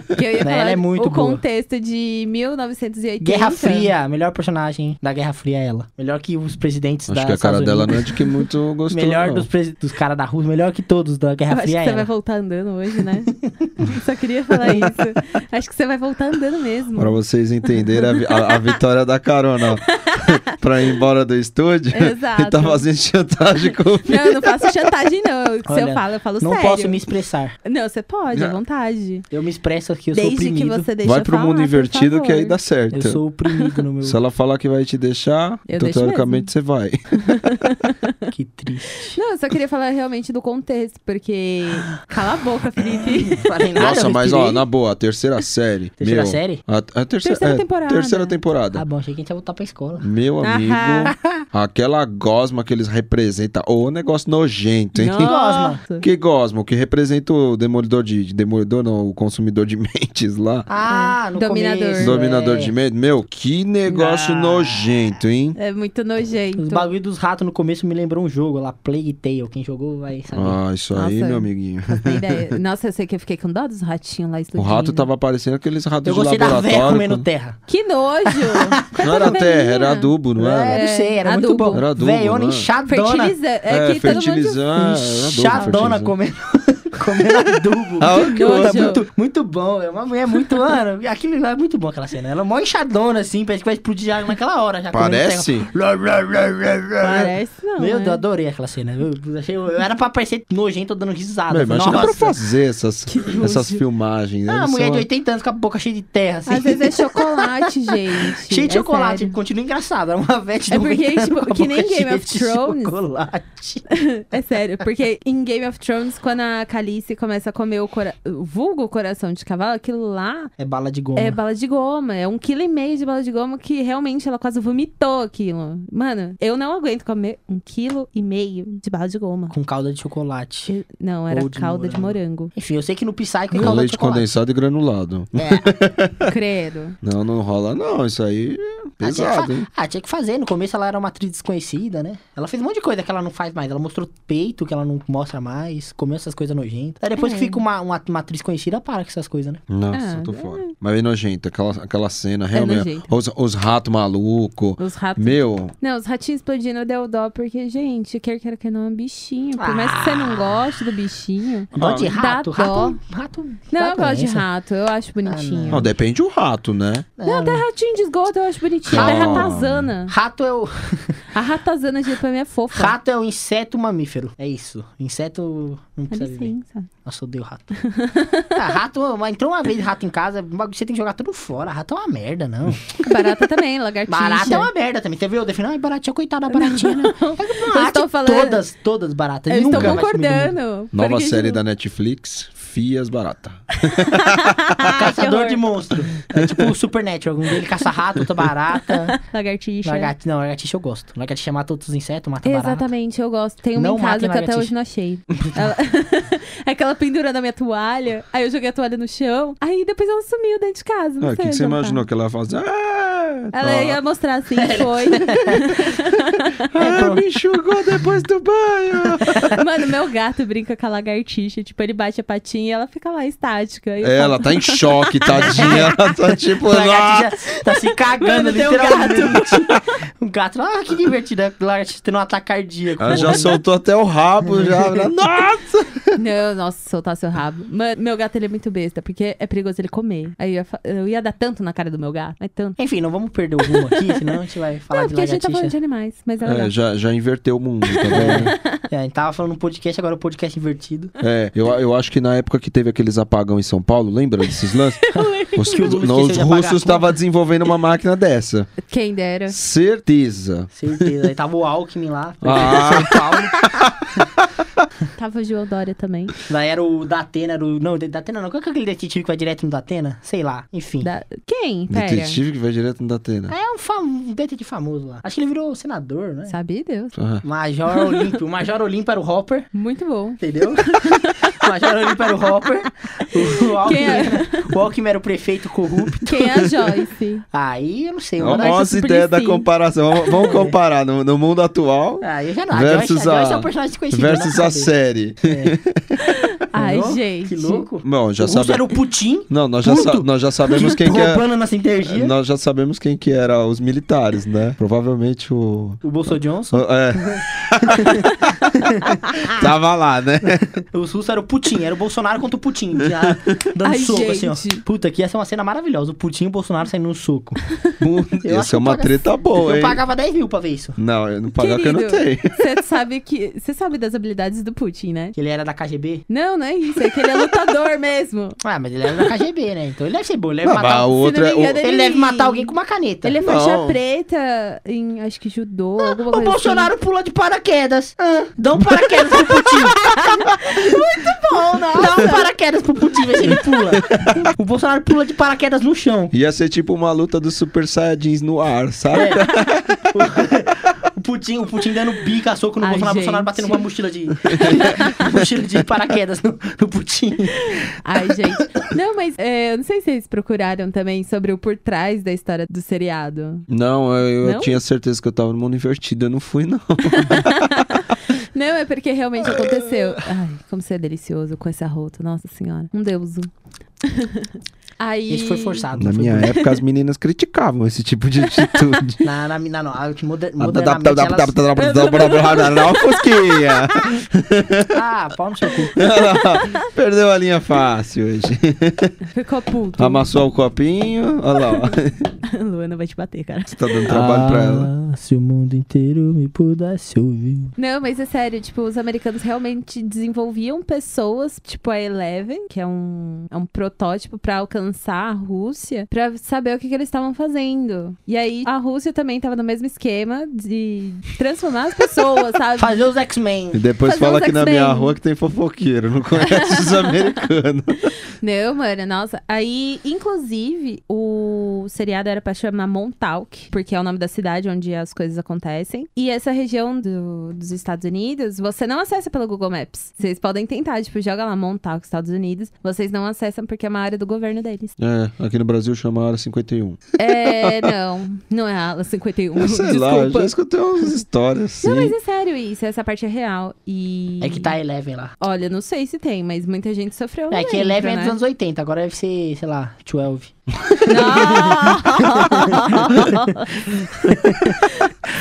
Speaker 1: Porque eu ia
Speaker 3: Ela
Speaker 1: falar
Speaker 3: é muito
Speaker 1: o
Speaker 3: boa.
Speaker 1: contexto de 1980.
Speaker 3: Guerra Fria, melhor personagem da Guerra Fria é ela. Melhor que os presidentes da
Speaker 2: Acho que a cara
Speaker 3: Estados
Speaker 2: dela não
Speaker 3: Unidos.
Speaker 2: é de que muito gostou.
Speaker 3: Melhor
Speaker 2: não.
Speaker 3: dos, presi- dos caras da Rússia, melhor que todos da
Speaker 1: Eu
Speaker 3: Guerra
Speaker 1: acho que
Speaker 3: Fria é
Speaker 1: você vai
Speaker 3: ela.
Speaker 1: voltar andando hoje, né? Só queria falar isso. Acho que você vai voltar andando mesmo.
Speaker 2: Pra vocês entenderem a vi- a, a vitória da carona. ó. pra ir embora do estúdio,
Speaker 1: Exato.
Speaker 2: ele tá fazendo chantagem com o
Speaker 1: Não, eu não faço chantagem, não. Eu- Se eu
Speaker 3: Olha,
Speaker 1: falo, eu falo
Speaker 3: Não
Speaker 1: sério.
Speaker 3: posso me expressar.
Speaker 1: Não, você pode, à
Speaker 2: Não.
Speaker 1: vontade.
Speaker 3: Eu me expresso aqui, eu sou
Speaker 1: Desde que
Speaker 3: oprimido.
Speaker 1: você deixa
Speaker 2: Vai
Speaker 1: eu
Speaker 2: pro
Speaker 1: falar,
Speaker 2: mundo
Speaker 1: por
Speaker 2: invertido que aí
Speaker 1: favor.
Speaker 2: dá certo.
Speaker 3: Eu sou oprimido no meu...
Speaker 2: Se ela falar que vai te deixar,
Speaker 1: Eu
Speaker 2: então,
Speaker 1: deixo
Speaker 2: teoricamente você vai.
Speaker 3: Que triste.
Speaker 1: Não, eu só queria falar realmente do contexto, porque. Cala a boca, Felipe.
Speaker 3: Falei nada,
Speaker 2: Nossa,
Speaker 3: eu
Speaker 2: mas ó,
Speaker 3: respirei.
Speaker 2: na boa, a terceira série.
Speaker 3: Terceira
Speaker 2: meu,
Speaker 3: série?
Speaker 2: A, a terceira,
Speaker 1: Terceira
Speaker 2: é,
Speaker 1: temporada.
Speaker 2: Terceira temporada.
Speaker 3: Ah, bom, achei que a gente ia voltar pra escola.
Speaker 2: Meu amigo,
Speaker 1: Ah.
Speaker 2: aquela gosma que eles representam. Ô, negócio nojento, hein?
Speaker 1: Nossa.
Speaker 2: Que gosma, o que representa o demolidor de. de- Demolidor não, o consumidor de mentes lá.
Speaker 3: Ah, no
Speaker 1: Dominador.
Speaker 3: começo,
Speaker 2: Dominador
Speaker 3: é.
Speaker 2: de mentes. Meu, que negócio
Speaker 3: Ah.
Speaker 2: nojento, hein?
Speaker 1: É muito
Speaker 3: Os
Speaker 1: nojento.
Speaker 3: bagulho dos ratos no começo me lembrou um jogo lá, Plague Tale. Quem jogou vai saber.
Speaker 2: Ah, isso aí,
Speaker 1: Tá Nossa. Tá
Speaker 2: meu amiguinho.
Speaker 1: Não tem ideia. Nossa, eu sei que eu fiquei com dó dos ratinhos lá
Speaker 2: O
Speaker 1: explodindo.
Speaker 2: rato tá- tava parecendo aqueles ratos
Speaker 3: eu
Speaker 2: de
Speaker 3: gostei da véia
Speaker 2: laboratório.
Speaker 3: comendo terra.
Speaker 1: Que nojo! Coitada
Speaker 2: Não era
Speaker 1: da
Speaker 2: terra,
Speaker 1: velhinha.
Speaker 2: era adubo, não
Speaker 3: É,
Speaker 2: era?
Speaker 3: não sei, era
Speaker 1: Adubo.
Speaker 3: muito bom.
Speaker 2: Era adubo,
Speaker 3: Velhona
Speaker 2: né?
Speaker 3: inchadona.
Speaker 1: Fertilizante. É, que todo mundo...
Speaker 2: fertilizante. era adubo,
Speaker 3: Inchadona
Speaker 2: fertilizante.
Speaker 3: comendo, comendo adubo.
Speaker 2: Ah, que
Speaker 1: nojo.
Speaker 3: Puta, muito, muito bom. É uma mulher muito. Mano, aquilo lá é muito bom aquela cena. Ela é mó inchadona assim, parece que vai explodir já naquela hora. Já comendo
Speaker 2: Parece?
Speaker 3: terra. Lá, lá, lá, lá, lá.
Speaker 1: Parece não,
Speaker 3: Meu Deus, eu
Speaker 1: né?
Speaker 3: adorei aquela cena. Eu, achei, eu era pra parecer nojento eu dando risada.
Speaker 2: Meu, imagina
Speaker 3: Nossa.
Speaker 2: pra fazer essas,
Speaker 3: nojo.
Speaker 2: essas filmagens. né?
Speaker 3: Ah,
Speaker 2: Eles
Speaker 3: mulher
Speaker 2: são-
Speaker 3: de 80 anos com a boca cheia de terra, assim.
Speaker 1: Às vezes é chocolate, gente.
Speaker 3: Cheio de
Speaker 1: É
Speaker 3: chocolate,
Speaker 1: sério.
Speaker 3: continua engraçado. É uma vete
Speaker 1: É porque, tipo, que nem Game of Thrones.
Speaker 3: Chocolate.
Speaker 1: É sério, porque em Game of Thrones, quando a Calice começa a comer o, cora... o vulgo coração de cavalo, aquilo lá
Speaker 3: É bala de goma.
Speaker 1: é bala de goma. É um quilo e meio de bala de goma que realmente ela quase vomitou aquilo. Mano, eu não aguento comer um quilo e meio de bala de goma.
Speaker 3: Com calda de chocolate.
Speaker 1: Eu- Não, era
Speaker 3: Ou de
Speaker 1: calda de morango.
Speaker 3: Enfim, eu sei que no Psycho é
Speaker 2: Com
Speaker 3: calda de
Speaker 2: leite
Speaker 3: chocolate.
Speaker 2: condensado e granulado.
Speaker 1: Credo.
Speaker 2: Não, não rola não. Isso aí é
Speaker 3: Ah, tinha que
Speaker 2: pesado,
Speaker 3: fa-
Speaker 2: hein?
Speaker 3: Ah, tinha que fazer. No começo ela era uma atriz desconhecida, né? Ela fez um monte de coisa que ela não faz mais. Ela mostrou peito que ela não mostra mais. Comeu essas coisas nojentas. Aí depois
Speaker 1: É.
Speaker 3: que fica uma, uma, uma atriz conhecida, para com essas coisas, né?
Speaker 2: Nossa,
Speaker 1: Ah,
Speaker 2: eu tô
Speaker 1: é.
Speaker 2: fora. Mas é nojento, aquela, aquela cena, realmente.
Speaker 1: nojento.
Speaker 2: os os ratos malucos.
Speaker 1: Os ratos.
Speaker 2: Meu,
Speaker 1: Não, os ratinhos explodindo deu dó, porque, gente, quer queira que não é um bichinho. Por mais que você
Speaker 3: Ah.
Speaker 1: não goste do bichinho.
Speaker 3: Dó de
Speaker 1: né? dá dó.
Speaker 3: rato. Rato, rato.
Speaker 1: Não,
Speaker 3: dá né?
Speaker 1: eu gosto de
Speaker 3: doença.
Speaker 1: rato, eu acho bonitinho.
Speaker 2: não, depende do rato, né?
Speaker 1: Não, até ratinho de esgoto eu acho bonitinho. Até
Speaker 2: Não.
Speaker 1: ratazana.
Speaker 3: Rato é o.
Speaker 1: A ratazana de pra mim é fofa.
Speaker 3: Rato é um inseto mamífero. É isso. Inseto não
Speaker 1: Dá
Speaker 3: precisa viver.
Speaker 1: licença.
Speaker 3: Nossa, eu odeio rato. ah, rato, mas entrou uma vez rato em casa, um bagulho que você tem que jogar tudo fora. Rato é uma merda, não.
Speaker 1: Barata também, lagartixa.
Speaker 3: Barata é uma merda também. Você viu? Eu defino, ai, baratinha, coitada da baratinha. né?"
Speaker 1: Eu
Speaker 3: Rato,
Speaker 1: estou falando.
Speaker 3: Todas, todas baratas.
Speaker 1: Eu
Speaker 3: Nunca
Speaker 1: estou
Speaker 3: mais comi no mundo.
Speaker 1: concordando.
Speaker 2: Nova
Speaker 1: porque-
Speaker 2: série da Netflix, Fias Barata.
Speaker 1: Ah, que
Speaker 3: Caçador
Speaker 1: horror.
Speaker 3: de monstro. É tipo o Supernatural. Um dele caça rato, outro barata.
Speaker 1: Lagartixa.
Speaker 3: Lagartixa. Não, lagartixa eu gosto. Lagartixa mata outros insetos, mata barata.
Speaker 1: Exatamente, eu gosto. Tem uma
Speaker 3: Não
Speaker 1: em casa
Speaker 3: matem
Speaker 1: que até
Speaker 3: lagartixa.
Speaker 1: hoje não achei. Ela... é que ela pendurou na minha toalha, aí eu joguei a toalha no chão, aí depois ela sumiu dentro de casa. Não
Speaker 2: Ah,
Speaker 1: sei
Speaker 2: O que, que
Speaker 1: onde
Speaker 2: você
Speaker 1: ela tá.
Speaker 2: imaginou que ela ia fazer? Ah,
Speaker 1: Ela
Speaker 2: tá.
Speaker 1: ia mostrar assim, foi.
Speaker 2: Ah, me enxugou depois do banho.
Speaker 1: Mano, meu gato brinca com a lagartixa. Tipo, ele bate a patinha e ela fica lá estática. Aí eu
Speaker 2: Ela tá em choque, tadinha. Ela tá tipo... "Ah!"
Speaker 3: Lagartixa tá se cagando,
Speaker 1: Mano, tem um
Speaker 3: literalmente. Um gato. Ah, que divertido. né? Lagartixa tendo um ataque cardíaco.
Speaker 2: Ela já soltou até o rabo, já. Ela, Nossa!
Speaker 1: Não, nossa, soltar seu rabo. Mano, meu gato ele é muito besta, porque é perigoso ele comer. Aí eu ia, fa- eu ia dar tanto na cara do meu gato, mas tanto.
Speaker 3: Enfim, não vamos perder o rumo aqui, senão a gente vai falar
Speaker 1: não,
Speaker 3: de
Speaker 1: porque a gente tá falando de
Speaker 3: lagartixa.
Speaker 1: animais, mas é legal.
Speaker 2: É, já, já inverteu o mundo, tá vendo?
Speaker 3: É, a gente tava falando no podcast, agora o podcast invertido.
Speaker 2: É, eu, eu acho que na época que teve aqueles apagão em São Paulo, lembra desses lances? Os,
Speaker 3: Que o Lula
Speaker 2: no- os
Speaker 3: esqueceu
Speaker 2: russos
Speaker 3: de apagar a conta.
Speaker 2: estavam desenvolvendo uma máquina dessa.
Speaker 1: Quem dera.
Speaker 2: Certeza.
Speaker 3: Certeza. Aí tava o Alckmin lá,
Speaker 2: Ah.
Speaker 3: São Paulo.
Speaker 1: Tava o João Dória também.
Speaker 3: Daí era o Datena, era o... Não, Datena não. Qual que é aquele detetive que vai direto no Datena? Sei lá. Enfim.
Speaker 1: Da- Quem? Pera.
Speaker 2: Detetive que vai direto no Datena.
Speaker 3: É um, fam... um detetive famoso lá. Acho que ele virou senador, né?
Speaker 1: Sabe Deus.
Speaker 2: Ah,
Speaker 3: Major Olímpio. O Major Olímpio era o Hopper,
Speaker 1: Muito bom.
Speaker 3: entendeu? O Major Olímpio era o Hopper. O, o Alckmin,
Speaker 1: Quem é?
Speaker 3: era, o Alckmin era o prefeito corrupto.
Speaker 1: Quem é a Joyce?
Speaker 3: Aí eu não sei. Eu vou
Speaker 1: Olha
Speaker 3: dar-
Speaker 1: Olha
Speaker 2: Olha
Speaker 1: essa
Speaker 2: as ideias da
Speaker 1: Suplicy.
Speaker 2: comparação. Vamos- Vamos comparar no, no mundo atual
Speaker 3: Ah, eu já não. É. A
Speaker 2: Versus
Speaker 3: Joyce, a Joyce
Speaker 2: a-
Speaker 3: é um personagem desconhecido.
Speaker 2: versus
Speaker 3: né?
Speaker 2: a série.
Speaker 1: Ai,
Speaker 3: Entendeu?
Speaker 1: gente.
Speaker 3: Que louco.
Speaker 2: Bom, já
Speaker 3: o russo
Speaker 2: sabe...
Speaker 3: era o Putin.
Speaker 2: Não, nós já, sa-
Speaker 3: Puto.
Speaker 2: nós já sabemos quem que é...
Speaker 3: roubando nossa energia.
Speaker 2: Nós já sabemos quem que era os militares, né? Provavelmente o...
Speaker 3: O Bolsonaro Johnson.
Speaker 2: É. Tava lá, né?
Speaker 3: Os russos eram o Putin, era o Bolsonaro contra o Putin. Já dando
Speaker 1: Ai,
Speaker 3: soco assim, ó.
Speaker 1: gente.
Speaker 3: Puta, que ia ser uma cena maravilhosa. O Putin e o Bolsonaro saindo no soco. Eu acho
Speaker 2: Isso
Speaker 3: que
Speaker 2: é uma
Speaker 3: paga-
Speaker 2: treta boa,
Speaker 3: eu
Speaker 2: hein?
Speaker 3: pagava 10 mil pra ver isso.
Speaker 2: Não, eu não pagar que eu não
Speaker 1: Querido,
Speaker 2: tenho.
Speaker 1: Você sabe que. Você sabe das habilidades do Putin, né?
Speaker 3: Que ele era da KGB.
Speaker 1: Não, não é isso. É que ele é lutador mesmo.
Speaker 3: Ah, mas ele era da KGB, né? Então ele deve ser bom. Ele deve,
Speaker 2: Não, mas
Speaker 3: matar,
Speaker 2: o
Speaker 1: não
Speaker 2: outro
Speaker 1: me
Speaker 2: é... o-
Speaker 1: engano,
Speaker 3: ele
Speaker 1: ele-
Speaker 3: deve matar alguém com uma caneta.
Speaker 1: Ele é
Speaker 2: Não.
Speaker 1: faixa preta em acho que judô, alguma
Speaker 3: Ah, O
Speaker 1: coisa.
Speaker 3: Bolsonaro pula de paraquedas. Ah, dá um paraquedas pro Putin. Muito bom, não. Dá um paraquedas pro Putin, vê se ele pula. O Bolsonaro pula de paraquedas no chão.
Speaker 2: Ia ser tipo uma luta dos Super Saiyajins no ar, sabe?
Speaker 3: É. O Putin, o Putin dando bica, soco no
Speaker 1: Ai,
Speaker 3: Bolsonaro, o Bolsonaro
Speaker 1: gente.
Speaker 3: batendo uma mochila de. mochila de paraquedas no, no Putin.
Speaker 1: Assim. Ai, gente. Não, mas é, eu não sei se vocês procuraram também sobre o por trás da história do seriado.
Speaker 2: Não, eu, eu
Speaker 1: Não?
Speaker 2: tinha certeza que eu tava no mundo invertido, eu não fui, não.
Speaker 1: Não, é porque realmente aconteceu. Ai, como você é delicioso com esse arroto. Nossa senhora. Um deuso. Aí.
Speaker 3: Isso foi forçado.
Speaker 2: Na
Speaker 3: foi
Speaker 2: minha
Speaker 3: bonito.
Speaker 2: época, as meninas criticavam esse tipo de atitude.
Speaker 3: Na, na, na, não, a- que
Speaker 2: Ah,
Speaker 3: moder- modernamente elas...
Speaker 2: Fusquinha.
Speaker 3: Ah, pau no seu cu.
Speaker 2: Perdeu a linha fácil hoje.
Speaker 1: Ficou puto.
Speaker 2: Amassou o copinho. Olha lá, ó.
Speaker 1: Luana vai te bater, cara.
Speaker 2: Você tá dando trabalho pra ela.
Speaker 3: Ah, Se o mundo inteiro me pudesse ouvir.
Speaker 1: Não, mas é sério, tipo, os americanos realmente desenvolviam pessoas, tipo a Eleven, que é um, é um protótipo pra alcançar a Rússia, pra saber o que, que eles estavam fazendo. E aí a Rússia também tava no mesmo esquema de transformar as pessoas, sabe?
Speaker 3: Fazer os X-Men.
Speaker 2: E depois
Speaker 1: Fazer
Speaker 2: fala
Speaker 1: uns
Speaker 2: aqui na
Speaker 1: X-Men.
Speaker 2: minha rua que tem fofoqueiro. Não conhece os americanos.
Speaker 1: Não, mano, nossa. Aí, inclusive, o seriado era pra chamar Montauk, porque é o nome da cidade onde as coisas acontecem. E essa região do- dos Estados Unidos, você não acessa pelo Google Maps. Vocês podem tentar, tipo, joga lá Montauk, Estados Unidos. Vocês não acessam porque é uma área do governo deles.
Speaker 2: É, aqui no Brasil chama a Área 51.
Speaker 1: É, não. Não é a ala 51.
Speaker 2: Eu sei lá, eu
Speaker 1: desculpa.
Speaker 2: já escutei umas histórias assim.
Speaker 1: Não, mas é sério isso. Essa parte é real. E.
Speaker 3: É que tá Eleven lá.
Speaker 1: Olha, não sei se tem, mas muita gente sofreu.
Speaker 3: É
Speaker 1: lá
Speaker 3: que
Speaker 1: dentro,
Speaker 3: Eleven é
Speaker 1: né?
Speaker 3: dos anos 80, agora deve ser, sei lá, 12.
Speaker 1: Não!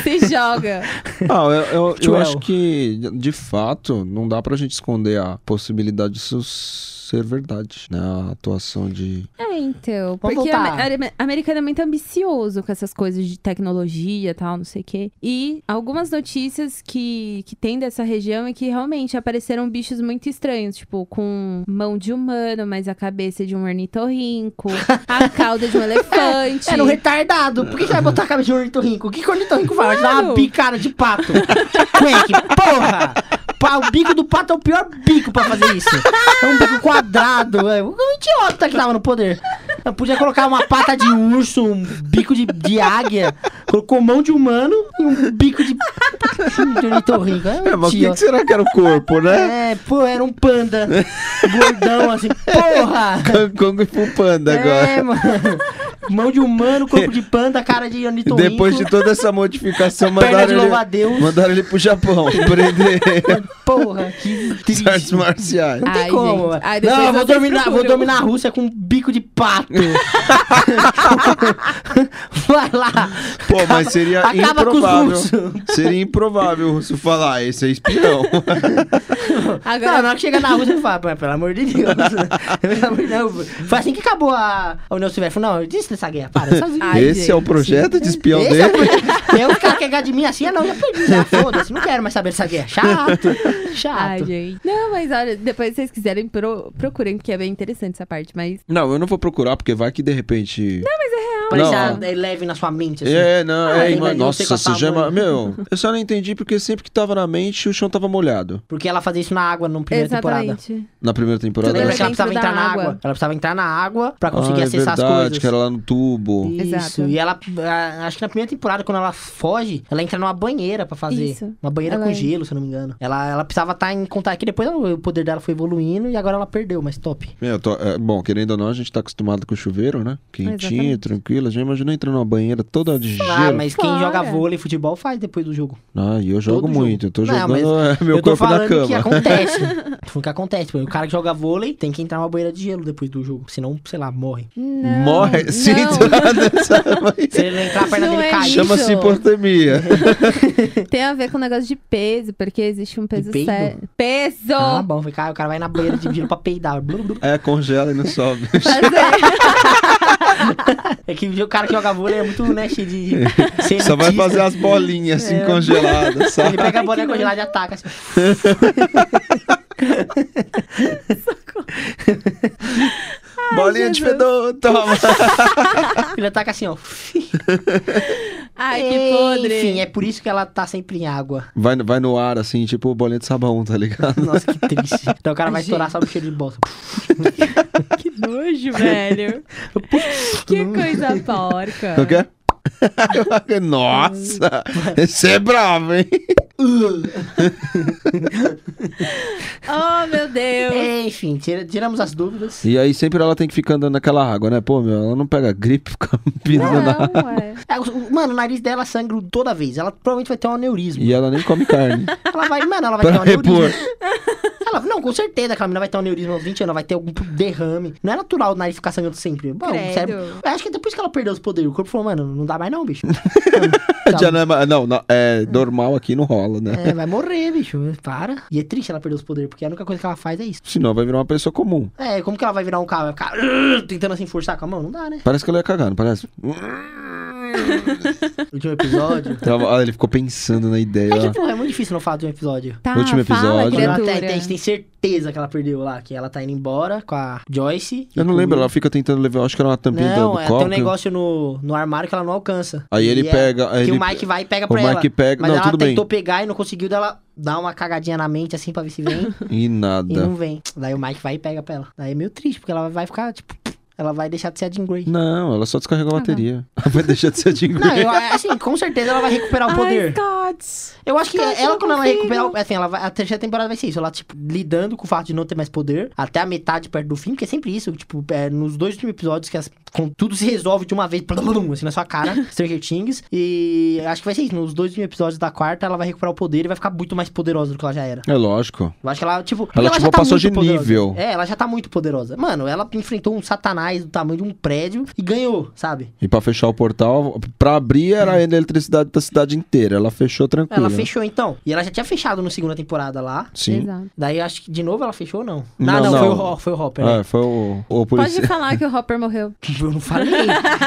Speaker 1: Se joga.
Speaker 2: Ah, eu, eu, eu
Speaker 3: Joel.
Speaker 2: acho que, de fato, não dá pra gente esconder a possibilidade disso ser verdade, né? A atuação de...
Speaker 1: É, então.
Speaker 3: Vamos
Speaker 1: porque
Speaker 3: voltar.
Speaker 1: a, a- a americana é muito ambicioso com essas coisas de tecnologia e tal, não sei o quê. E algumas notícias que, que tem dessa região é que realmente apareceram bichos muito estranhos. Tipo, com mão de humano, mas a cabeça de um ornitorrinco, a cauda de um elefante.
Speaker 2: É,
Speaker 3: Era um retardado. Por que você vai botar a cabeça de um ornitorrinco? O que que o ornitorrinco faz? Vai dar uma
Speaker 1: Claro.
Speaker 3: bicada de pato. Quake, porra! Pa- O bico do pato é o pior bico pra fazer isso. É um bico quadrado. É um idiota que tava no poder. Eu podia colocar uma pata de urso, um bico de, de águia. Colocou mão de humano e um bico de, de ornitorrinco. É, um
Speaker 2: É, mas o que,
Speaker 3: idiota.
Speaker 2: que será que era o corpo, né?
Speaker 3: É, pô, era um panda. gordão, assim, porra!
Speaker 2: Kung Fu Panda agora.
Speaker 3: É, mano. Mão de humano, corpo de panda, cara de
Speaker 2: E
Speaker 3: ornitorrinco.
Speaker 2: Depois de toda essa modificação,
Speaker 3: Perna de
Speaker 2: mandaram ele,
Speaker 3: louva-a-Deus.
Speaker 2: mandaram ele pro Japão prender
Speaker 3: Porra, que
Speaker 2: as artes
Speaker 3: triste.
Speaker 2: marciais.
Speaker 3: Não tem
Speaker 1: Ai,
Speaker 3: como.
Speaker 1: gente. Ai, depois
Speaker 3: não, eu vou
Speaker 1: vocês
Speaker 3: dominar, vou
Speaker 1: procuram.
Speaker 3: dominar a Rússia com um bico de pato. Vai lá.
Speaker 2: Pô, mas seria
Speaker 3: acaba com os
Speaker 2: improvável.
Speaker 3: russos.
Speaker 2: Seria improvável o russo falar, "Ah, esse é espião. Tá,
Speaker 3: Não,
Speaker 1: Agora,
Speaker 3: na hora que chega na Rússia, eu falo, "Pô, pelo amor de Deus. pelo amor de Deus. Foi assim que acabou a, a União Soviética. Não, eu disse nessa guerra, para. Estados Unidos.
Speaker 1: Ai,
Speaker 2: esse é o
Speaker 1: gente.
Speaker 2: projeto de espião
Speaker 3: Esse é o
Speaker 2: dele.
Speaker 3: problema. Eu, o cara quer ganhar de mim assim, ah, não, já perdi, já foda-se, não quero mais saber dessa guerra. Chato,
Speaker 1: Ai,
Speaker 3: chato.
Speaker 1: gente. Não, mas olha, depois se vocês quiserem, pro- procurem, porque é bem interessante essa parte. Mas
Speaker 2: Não, eu não vou procurar, porque vai que de repente
Speaker 1: legal.
Speaker 2: Não,
Speaker 3: Parece que
Speaker 2: não.
Speaker 3: ela é leve na sua mente, assim.
Speaker 2: É, não,
Speaker 3: Ah,
Speaker 2: é,
Speaker 3: ele vai
Speaker 2: mas,
Speaker 3: não ter com
Speaker 2: nossa,
Speaker 3: a
Speaker 2: você já é ma-
Speaker 3: pamonha.
Speaker 2: Meu, eu só não entendi porque sempre que tava na mente o chão tava molhado.
Speaker 3: Porque ela fazia isso na água na primeira temporada.
Speaker 1: Exatamente.
Speaker 2: Na primeira
Speaker 1: Tudo
Speaker 2: temporada. né?
Speaker 3: Lembra que ela
Speaker 1: dentro
Speaker 3: precisava
Speaker 1: da
Speaker 3: entrar na
Speaker 1: água.
Speaker 3: água. Ela precisava entrar na água pra conseguir
Speaker 2: ah, é
Speaker 3: acessar
Speaker 2: verdade,
Speaker 3: as coisas.
Speaker 2: que era lá no tubo.
Speaker 3: Isso,
Speaker 1: Exato.
Speaker 3: e ela, a- acho que na primeira temporada, quando ela foge, ela entra numa banheira pra fazer.
Speaker 1: Isso.
Speaker 3: Uma banheira
Speaker 1: Ela
Speaker 3: com
Speaker 1: é-
Speaker 3: gelo, se eu não me engano. Ela, ela precisava estar em contato aqui, depois ela- o poder dela foi evoluindo e agora ela perdeu, mas top.
Speaker 2: Meu, tô- é, bom, querendo ou não, a gente tá acostumado com o chuveiro, né? Quentinho,
Speaker 1: Exatamente.
Speaker 2: tranquilo. Já imaginou entrando numa banheira toda de gelo.
Speaker 3: Ah, mas quem
Speaker 1: Fora.
Speaker 3: joga vôlei e futebol faz depois do jogo.
Speaker 2: Ah, e eu jogo
Speaker 3: Todo
Speaker 2: muito.
Speaker 3: jogo.
Speaker 2: Eu tô
Speaker 3: Não,
Speaker 2: jogando é, meu
Speaker 3: eu tô
Speaker 2: corpo
Speaker 3: falando
Speaker 2: na cama.
Speaker 3: que acontece. tô falando que acontece. O cara que joga vôlei tem que entrar numa banheira de gelo depois do jogo, senão, sei lá, morre.
Speaker 1: Não,
Speaker 2: Morre se
Speaker 1: Não,
Speaker 2: entrar nessa
Speaker 3: Se ele não entrar, a perna
Speaker 1: Não
Speaker 3: dele
Speaker 1: é
Speaker 3: cai.
Speaker 1: isso.
Speaker 2: Chama-se hipotermia.
Speaker 1: tem a ver com o negócio de peso, porque existe um peso
Speaker 3: peido?
Speaker 1: certo. Peso!
Speaker 3: Ah, bom, o cara o cara vai na banheira de gelo pra peidar. Blu, blu.
Speaker 2: É, congela e não sobe.
Speaker 1: Fazer-
Speaker 3: É que o cara que joga vôlei é muito, né, cheio de... de-
Speaker 2: Só vai fazer né? as bolinhas
Speaker 3: É.
Speaker 2: assim congeladas,
Speaker 3: Ele
Speaker 2: sabe?
Speaker 3: pega a bolinha
Speaker 1: que
Speaker 3: congelada e ataca. Assim.
Speaker 2: Bolinha de
Speaker 1: Jesus.
Speaker 2: fedor, toma.
Speaker 3: Ele ataca assim, ó.
Speaker 1: Ai, que podre.
Speaker 3: Enfim, é por isso que ela tá sempre em água.
Speaker 2: Vai, vai no ar assim, tipo bolinha de sabão, tá ligado?
Speaker 3: Nossa, que triste. Então o cara vai
Speaker 1: Gente.
Speaker 3: estourar só no cheiro de bosta.
Speaker 1: Que nojo, velho. que coisa porca.
Speaker 2: Não quer?
Speaker 3: É.
Speaker 2: Nossa,
Speaker 3: Hum.
Speaker 2: esse é bravo, hein?
Speaker 1: Oh, meu Deus.
Speaker 3: É, Enfim, tira- tiramos as dúvidas.
Speaker 2: E aí sempre ela tem que ficar andando naquela água, né? Pô, meu, ela não pega gripe, fica pisando na água.
Speaker 1: Não, ué.
Speaker 3: É, o- Mano, o nariz dela sangra toda vez. Ela provavelmente vai ter um aneurisma.
Speaker 2: E ela nem come carne.
Speaker 3: Ela vai, mano, ela vai ter
Speaker 2: pra
Speaker 3: um
Speaker 2: repor.
Speaker 3: aneurisma. Ela, não, com certeza aquela menina vai ter um aneurisma aos 20 anos, ela vai ter algum derrame. Não é natural o nariz ficar sangrando sempre. Bom,
Speaker 1: Credo.
Speaker 3: sério. Eu acho que depois que ela perdeu os poderes, o corpo falou, mano, não dá mais não, bicho. Então,
Speaker 2: Já não é, ma- não, não, é normal aqui, não rola, né?
Speaker 3: Hum. É, vai morrer, bicho. Para. E é triste ela perder os poderes, porque a única coisa que ela faz é isso.
Speaker 2: Senão vai virar uma pessoa comum.
Speaker 3: É, como que ela vai virar um carro? Vai ficar "Ugh", tentando assim forçar com a mão? Não dá, né?
Speaker 2: Parece que ela ia cagar, não parece?
Speaker 3: No último episódio.
Speaker 2: Tava- ah, ele ficou pensando na ideia.
Speaker 3: é que,
Speaker 2: ó.
Speaker 3: porra, é muito difícil não falar de um episódio.
Speaker 1: Tá, fala,
Speaker 2: Último episódio.
Speaker 3: Quando ela
Speaker 1: criatura.
Speaker 3: tá- a gente tem certeza que ela perdeu lá, que ela tá indo embora com a Joyce. e
Speaker 2: Eu não
Speaker 3: com o
Speaker 2: lembro,
Speaker 3: Will.
Speaker 2: ela fica tentando levar, acho que era uma tampinha
Speaker 3: tipo, Não,
Speaker 2: do
Speaker 3: é,
Speaker 2: copo.
Speaker 3: tem um negócio no, no armário que ela não alcança.
Speaker 2: Aí
Speaker 3: E
Speaker 2: ele
Speaker 3: é-
Speaker 2: pega- aí
Speaker 3: que
Speaker 2: ele-
Speaker 3: o Mike vai e pega
Speaker 2: o
Speaker 3: pra ela.
Speaker 2: Mike pega-
Speaker 3: Mas
Speaker 2: não,
Speaker 3: ela
Speaker 2: tudo bem.
Speaker 3: tentou pegar e não conseguiu dela dar uma cagadinha na mente assim pra ver se vem.
Speaker 2: E
Speaker 3: e
Speaker 2: nada.
Speaker 3: não vem. Daí o Mike vai e pega pra ela. Daí é meio triste, porque ela vai ficar, tipo, ela vai deixar de ser a Jean Grey.
Speaker 2: Não, ela só descarregou a bateria. Ela vai deixar de ser Jean
Speaker 3: Ah, tá. Não,
Speaker 2: Grey.
Speaker 3: eu, assim, com certeza ela vai recuperar o poder.
Speaker 1: Ai, Scott.
Speaker 3: Eu acho que
Speaker 1: Cara, eu
Speaker 3: ela,
Speaker 1: não
Speaker 3: quando ela
Speaker 1: consigo.
Speaker 3: recuperar. o- Assim, ela vai- a terceira temporada vai ser isso. Ela, tipo, lidando com o fato de não ter mais poder até a metade perto do fim, porque é sempre isso. Tipo, é, nos dois últimos episódios que as- com- tudo se resolve de uma vez, blum, blum, assim, na sua cara, Stranger Things. E acho que vai ser isso. Nos dois últimos episódios da quarta, ela vai recuperar o poder e vai ficar muito mais poderosa do que ela já era.
Speaker 2: É lógico.
Speaker 3: Eu acho que ela, tipo. porque
Speaker 2: Ela, tipo, passou de
Speaker 3: muito poderosa.
Speaker 2: nível.
Speaker 3: É, ela já tá muito poderosa. Mano, ela enfrentou um satanás do tamanho de um prédio e ganhou, sabe?
Speaker 2: E pra fechar o portal, pra abrir era a eletricidade da cidade inteira. Ela fechou tranquilo.
Speaker 3: Ela fechou então. E ela já tinha fechado na segunda temporada lá.
Speaker 2: Sim.
Speaker 1: Exato.
Speaker 3: Daí acho que de novo ela fechou ou não?
Speaker 2: Não,
Speaker 3: Não, não,
Speaker 2: não.
Speaker 3: Foi, o, Ho- foi o Hopper. né?
Speaker 2: É, foi o, o
Speaker 1: Pode
Speaker 3: é.
Speaker 2: policial.
Speaker 1: falar que o Hopper morreu.
Speaker 3: Eu não falei.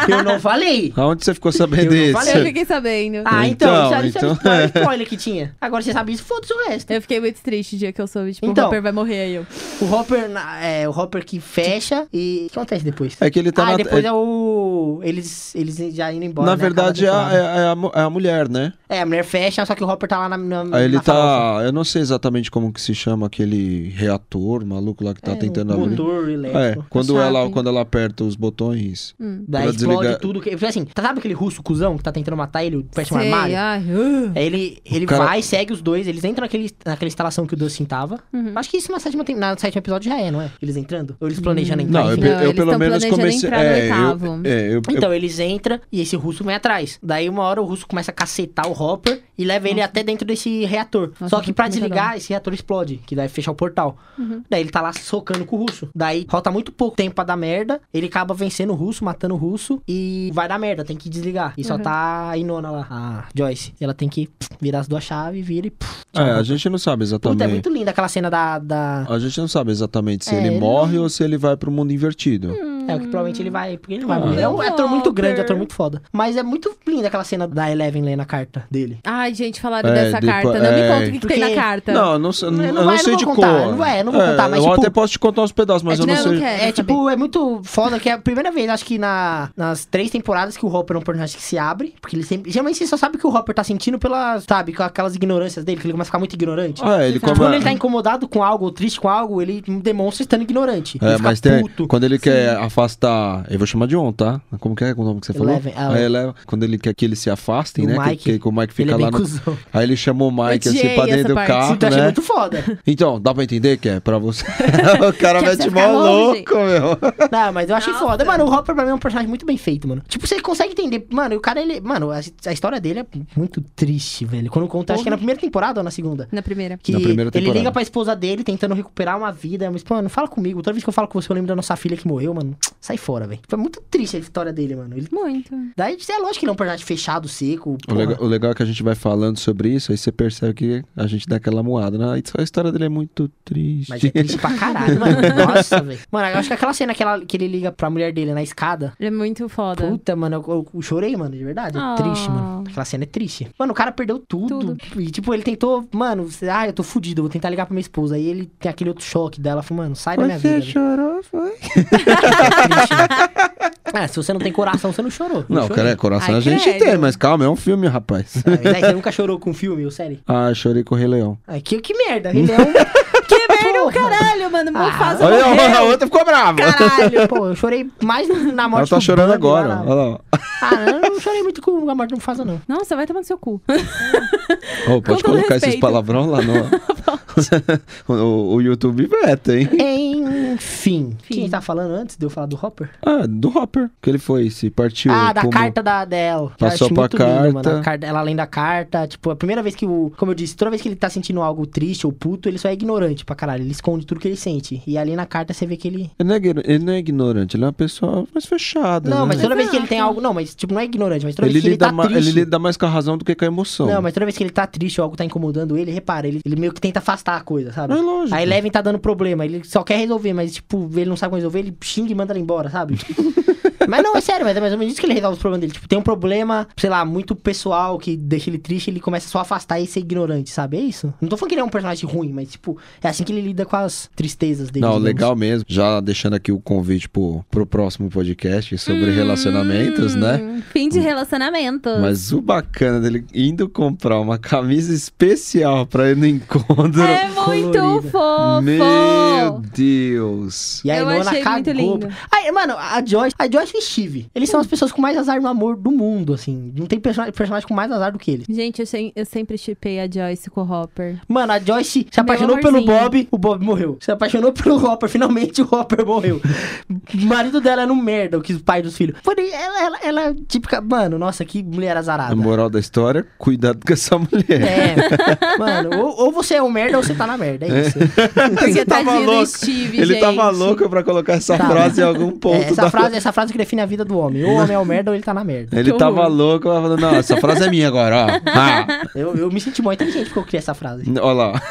Speaker 3: Eu não falei.
Speaker 2: Aonde você ficou
Speaker 3: Eu
Speaker 2: sabendo
Speaker 3: não
Speaker 1: Eu
Speaker 3: falei.
Speaker 2: disso?
Speaker 1: fiquei sabendo.
Speaker 3: Ah, então,
Speaker 2: Então,
Speaker 3: isso, era- isso era
Speaker 2: então.
Speaker 3: spoiler, spoiler que tinha. Agora você sabe isso, foda-se o resto.
Speaker 1: Eu fiquei muito triste o dia que eu soube, tipo,
Speaker 3: Então.
Speaker 1: o Hopper vai morrer aí. Eu...
Speaker 3: O Hopper, na- é, o Hopper que fecha e. O que acontece depois?
Speaker 2: É que ele tá
Speaker 3: ah,
Speaker 2: na.
Speaker 3: e depois
Speaker 2: é-
Speaker 3: é o. Eles, eles já indo embora.
Speaker 2: na
Speaker 3: né?
Speaker 2: verdade, é
Speaker 3: Acaba
Speaker 2: a,
Speaker 3: temporada.
Speaker 2: é a mu- é a mulher, né?
Speaker 3: É, a mulher fecha, só que o Hopper tá lá na. na
Speaker 2: Aí ele
Speaker 3: na farofa.
Speaker 2: tá. Eu não sei exatamente como que se chama aquele reator maluco lá que tá
Speaker 3: É,
Speaker 2: tentando
Speaker 3: um
Speaker 2: abrir.
Speaker 3: Motor
Speaker 2: É,
Speaker 3: elétrico.
Speaker 2: quando
Speaker 1: Sabe.
Speaker 2: ela, quando ela aperta os botões.
Speaker 3: Daí
Speaker 2: pra
Speaker 3: explode
Speaker 2: desligar-
Speaker 3: tudo. Que... Assim, tá- sabe aquele russo cuzão que tá tentando matar ele, perto de um
Speaker 1: Sei,
Speaker 3: armário?
Speaker 1: ai, uh.
Speaker 3: Aí ele, ele
Speaker 2: cara-
Speaker 3: vai, segue os dois, eles entram naquele, naquela instalação que o Dustin tava.
Speaker 1: Uhum.
Speaker 3: Acho que isso na sétima, tem- na sétima episódio já é, não é? Eles entrando? Ou eles planejando entrar?
Speaker 2: Não, eu,
Speaker 3: enfim.
Speaker 2: pe-
Speaker 1: Hum, Não,
Speaker 2: eu
Speaker 1: então, eles
Speaker 2: pelo
Speaker 1: tão
Speaker 2: menos
Speaker 1: planejando
Speaker 2: comecei.
Speaker 1: entrar no
Speaker 2: é, eu,
Speaker 1: oitavo.
Speaker 2: é, eu- eu-
Speaker 3: Então eles entram e esse russo vem atrás. Daí uma hora o russo começa a cacetar o Hopper e leva ele até dentro desse reator.
Speaker 1: Nossa,
Speaker 3: Só que
Speaker 1: muito
Speaker 3: pra
Speaker 1: muito
Speaker 3: desligar, esse reator explode, que vai fechar o portal.
Speaker 1: Uhum.
Speaker 3: Daí ele tá lá socando com o russo. Daí falta muito pouco tempo pra dar merda. Ele acaba vencendo o russo, matando o russo e vai dar merda, tem que desligar. E só
Speaker 1: Uhum.
Speaker 3: tá a Inona lá, a Joyce. Ela tem que pff, virar as duas chaves, vira e. pff,
Speaker 2: é, a gente não sabe
Speaker 3: tipo, Puta, é
Speaker 2: exatamente.
Speaker 3: muito linda aquela cena da. da...
Speaker 2: A gente não sabe exatamente se
Speaker 3: É,
Speaker 2: ele
Speaker 3: ele
Speaker 1: Hum,
Speaker 2: morre ou se ele vai pro mundo invertido.
Speaker 3: É, o que provavelmente ele vai. Porque ele vai.
Speaker 2: Ah.
Speaker 3: morrer. É um ator muito grande,
Speaker 1: Walker.
Speaker 3: um ator muito foda. Mas é muito linda aquela cena da Eleven lendo a carta dele.
Speaker 1: Ai, gente, falaram
Speaker 2: É,
Speaker 1: dessa
Speaker 2: depois-
Speaker 1: carta. Não me
Speaker 2: é.
Speaker 1: conta o que, que tem na
Speaker 3: Porque-
Speaker 1: carta.
Speaker 2: Não, eu não, sei- eu
Speaker 3: Não, não
Speaker 2: não
Speaker 3: vai,
Speaker 2: sei
Speaker 3: não
Speaker 2: de
Speaker 3: vou
Speaker 2: cor. É,
Speaker 3: contar, não vai, não vou contar, mas,
Speaker 2: eu
Speaker 3: tipo-
Speaker 2: até posso te contar uns pedaços, mas
Speaker 1: É
Speaker 2: eu não,
Speaker 1: que não,
Speaker 2: sei.
Speaker 1: não quero.
Speaker 3: É,
Speaker 1: saber.
Speaker 3: tipo, é muito foda que é a primeira vez, acho que na- nas três temporadas que o Hopper é um personagem que se abre. Porque ele sempre. Geralmente você só sabe que o Hopper tá sentindo pelas. Sabe, com aquelas ignorâncias dele, que ele começa a ficar muito ignorante.
Speaker 2: Ah, ele
Speaker 3: Tipo, Quando
Speaker 2: come-
Speaker 3: ele tá incomodado com algo ou triste com algo, ele demonstra estando ignorante.
Speaker 2: É,
Speaker 3: ele fica
Speaker 2: mas tem,
Speaker 3: puto.
Speaker 2: quando ele quer afastar, eu vou chamar de on, tá? Como que é o nome que você falou?
Speaker 3: Eleven, ah,
Speaker 2: Aí eleva, quando ele quer que eles se afastem,
Speaker 3: E o
Speaker 2: né? Que-
Speaker 3: Mike,
Speaker 2: que, que o Mike
Speaker 3: Ele
Speaker 2: fica
Speaker 3: é
Speaker 2: lá
Speaker 3: bem
Speaker 2: no...
Speaker 3: cuzão. tipo,
Speaker 2: Aí ele chamou o Mike
Speaker 1: Odiei
Speaker 2: assim pra
Speaker 1: essa
Speaker 2: dentro do
Speaker 1: parte.
Speaker 2: carro,
Speaker 3: Puta, achei
Speaker 2: né?
Speaker 3: muito foda.
Speaker 2: Então, dá pra entender que é pra você. o cara
Speaker 1: Que é pra
Speaker 2: mete
Speaker 1: você
Speaker 2: mó
Speaker 1: ficar longe.
Speaker 2: louco, meu.
Speaker 3: Não, mas eu achei
Speaker 1: Nossa.
Speaker 3: foda. Mano, o Hopper pra mim é um personagem muito bem feito, mano. Tipo, você consegue entender. Mano, o cara, ele. Mano, a, a história dele é muito triste, velho. Quando conta, acho que é na primeira temporada ou na segunda?
Speaker 1: Na primeira.
Speaker 3: Que
Speaker 2: Na primeira
Speaker 3: ele
Speaker 2: temporada.
Speaker 3: liga pra esposa dele tentando recuperar uma vida. Mas, mano, fala comigo. Toda vez que eu falo com você, eu lembro da nossa filha que morreu, mano. Sai fora, velho. Foi muito triste a história dele, mano. Ele...
Speaker 1: Muito.
Speaker 3: Daí é lógico que ele é um personagem fechado, seco.
Speaker 2: O
Speaker 3: porra.
Speaker 2: legal, o legal é que a gente vai falando sobre isso, aí você percebe que a gente dá aquela moada. Né? A história dele é muito triste.
Speaker 3: Mas é triste pra caralho, mano. Nossa, velho. Mano, eu acho que aquela cena que, ela- que ele liga pra mulher dele na escada.
Speaker 1: Ele é muito foda.
Speaker 3: Puta, mano, eu, eu- eu chorei, mano, de verdade.
Speaker 1: Ah.
Speaker 3: É triste, mano. Aquela cena é triste. Mano, o cara perdeu tudo. E, tipo, ele tentou, mano, ah, eu tô fudido, eu vou tentar ligar pra minha esposa. Aí ele tem aquele outro choque dela, falou, mano, sai da minha vida. é né?
Speaker 2: Você
Speaker 3: velho.
Speaker 2: chorou, foi?
Speaker 3: É triste, mano. É, se você não tem coração, você não chorou. Eu
Speaker 2: Não,
Speaker 3: chorei.
Speaker 2: cara, é, coração
Speaker 1: Ai,
Speaker 2: a gente
Speaker 1: credo.
Speaker 2: tem, mas calma, é um filme, rapaz.
Speaker 3: É, daí você nunca chorou com filme ou série?
Speaker 2: ah, eu chorei com o Rei Leão.
Speaker 3: Ah, que, que merda, ele é um...
Speaker 1: Que merda, o
Speaker 3: Porra.
Speaker 1: caralho, mano. Mufasa
Speaker 2: Olha,
Speaker 1: morreu.
Speaker 2: a outra ficou brava.
Speaker 3: Caralho, pô, eu chorei mais na
Speaker 2: Ela
Speaker 3: morte
Speaker 2: tá
Speaker 3: do
Speaker 2: chorando
Speaker 3: Bambi lá
Speaker 2: agora.
Speaker 3: na-
Speaker 2: ó. Olha lá. ó.
Speaker 3: Ah, eu não chorei muito com a morte do Mufasa, não.
Speaker 1: Nossa, vai tomar no seu cu.
Speaker 2: Ô, pode
Speaker 1: todo
Speaker 2: colocar esses
Speaker 1: respeito.
Speaker 2: palavrão lá no. o, o YouTube veta, hein?
Speaker 3: Enfim,
Speaker 1: Fim.
Speaker 3: quem tá falando antes de eu falar do Hopper?
Speaker 2: Ah, do Hopper. Que ele foi, se partiu.
Speaker 3: Ah, da
Speaker 2: Tipo, como-
Speaker 3: carta da dela. Eu
Speaker 2: Passou
Speaker 3: acho
Speaker 2: pra
Speaker 3: muito lindo, mano. A
Speaker 2: carta.
Speaker 3: carta- Ela além da carta, tipo, a primeira vez que o. Como eu disse, toda vez que ele tá sentindo algo triste ou puto, ele só é ignorante pra caralho. Ele esconde tudo que ele sente. E ali na carta você vê que ele.
Speaker 2: Ele não, é, igno- ele não é ignorante, ele é uma pessoa mais fechada.
Speaker 3: Não,
Speaker 2: né?
Speaker 3: mas toda vez que ele tem
Speaker 1: Exato.
Speaker 3: algo. Não, mas tipo, não é ignorante, mas toda
Speaker 2: ele
Speaker 3: vez que ele
Speaker 2: lida,
Speaker 3: tá
Speaker 2: ma- ele
Speaker 3: triste.
Speaker 2: lida mais com a razão do que com a emoção.
Speaker 3: Não, mas toda vez que ele tá triste ou algo tá incomodando ele, repara, ele, ele meio que tenta afastar a coisa, sabe?
Speaker 2: É lógico.
Speaker 3: Aí Eleven tá dando problema, ele só quer resolver, mas tipo, ele não sabe como resolver, ele xinga e manda ela embora, sabe? mas não, é sério, mas é mais ou menos isso que ele resolve os problemas dele. Tipo, tem um problema, sei lá, muito pessoal que deixa ele triste, ele começa só a afastar e ser ignorante, sabe? É isso? Não tô falando que ele é um personagem ruim, mas tipo, é assim que ele lida com as tristezas dele.
Speaker 2: Não,
Speaker 3: digamos.
Speaker 2: legal mesmo. Já deixando aqui o convite pro, pro próximo podcast sobre
Speaker 3: Hum,
Speaker 2: relacionamentos, né?
Speaker 1: Hum, Fim de relacionamento.
Speaker 2: Mas o bacana dele indo comprar uma camisa especial pra ir no encontro.
Speaker 1: É muito
Speaker 3: Colorida.
Speaker 1: fofo.
Speaker 2: Meu Deus.
Speaker 3: E aí,
Speaker 1: Eu
Speaker 3: Nona
Speaker 1: achei muito
Speaker 3: cagou.
Speaker 1: lindo.
Speaker 3: Aí, mano, a Joyce, a Joyce e Steve, eles são as pessoas com mais azar no amor do mundo, assim. Não tem personagem, personagem com mais azar do que eles.
Speaker 1: Gente, eu, sem- eu sempre chipei a Joyce com o Hopper.
Speaker 3: Mano, a Joyce se
Speaker 1: Meu
Speaker 3: apaixonou pelo
Speaker 1: amorzinho.
Speaker 3: Bob, o Bob morreu. Se apaixonou pelo Hopper, finalmente o Hopper morreu. O marido dela era um merda, o que o pai dos filhos. Mano, e ela, ela, ela é típica. Mano, nossa, que mulher
Speaker 2: A
Speaker 3: azarada.
Speaker 2: moral da história, cuidado com essa mulher.
Speaker 3: É. Mano, ou, ou você é um merda ou você tá na merda, é isso.
Speaker 1: Porque
Speaker 2: Ele tava
Speaker 1: tadinho do
Speaker 2: louco.
Speaker 1: Steve,
Speaker 2: Ele
Speaker 1: gente.
Speaker 2: tava louco pra colocar essa
Speaker 3: Tá.
Speaker 2: frase em algum ponto.
Speaker 3: É, essa,
Speaker 2: da-
Speaker 3: frase, essa frase que define a vida do homem. Ou o homem é um merda ou ele tá na merda.
Speaker 2: Ele
Speaker 1: Que
Speaker 2: tava
Speaker 1: horror.
Speaker 2: louco, ela falando, não, essa frase é minha agora, ó. Ah,
Speaker 3: Eu, eu me senti muito inteligente porque eu criei essa frase.
Speaker 2: olha lá.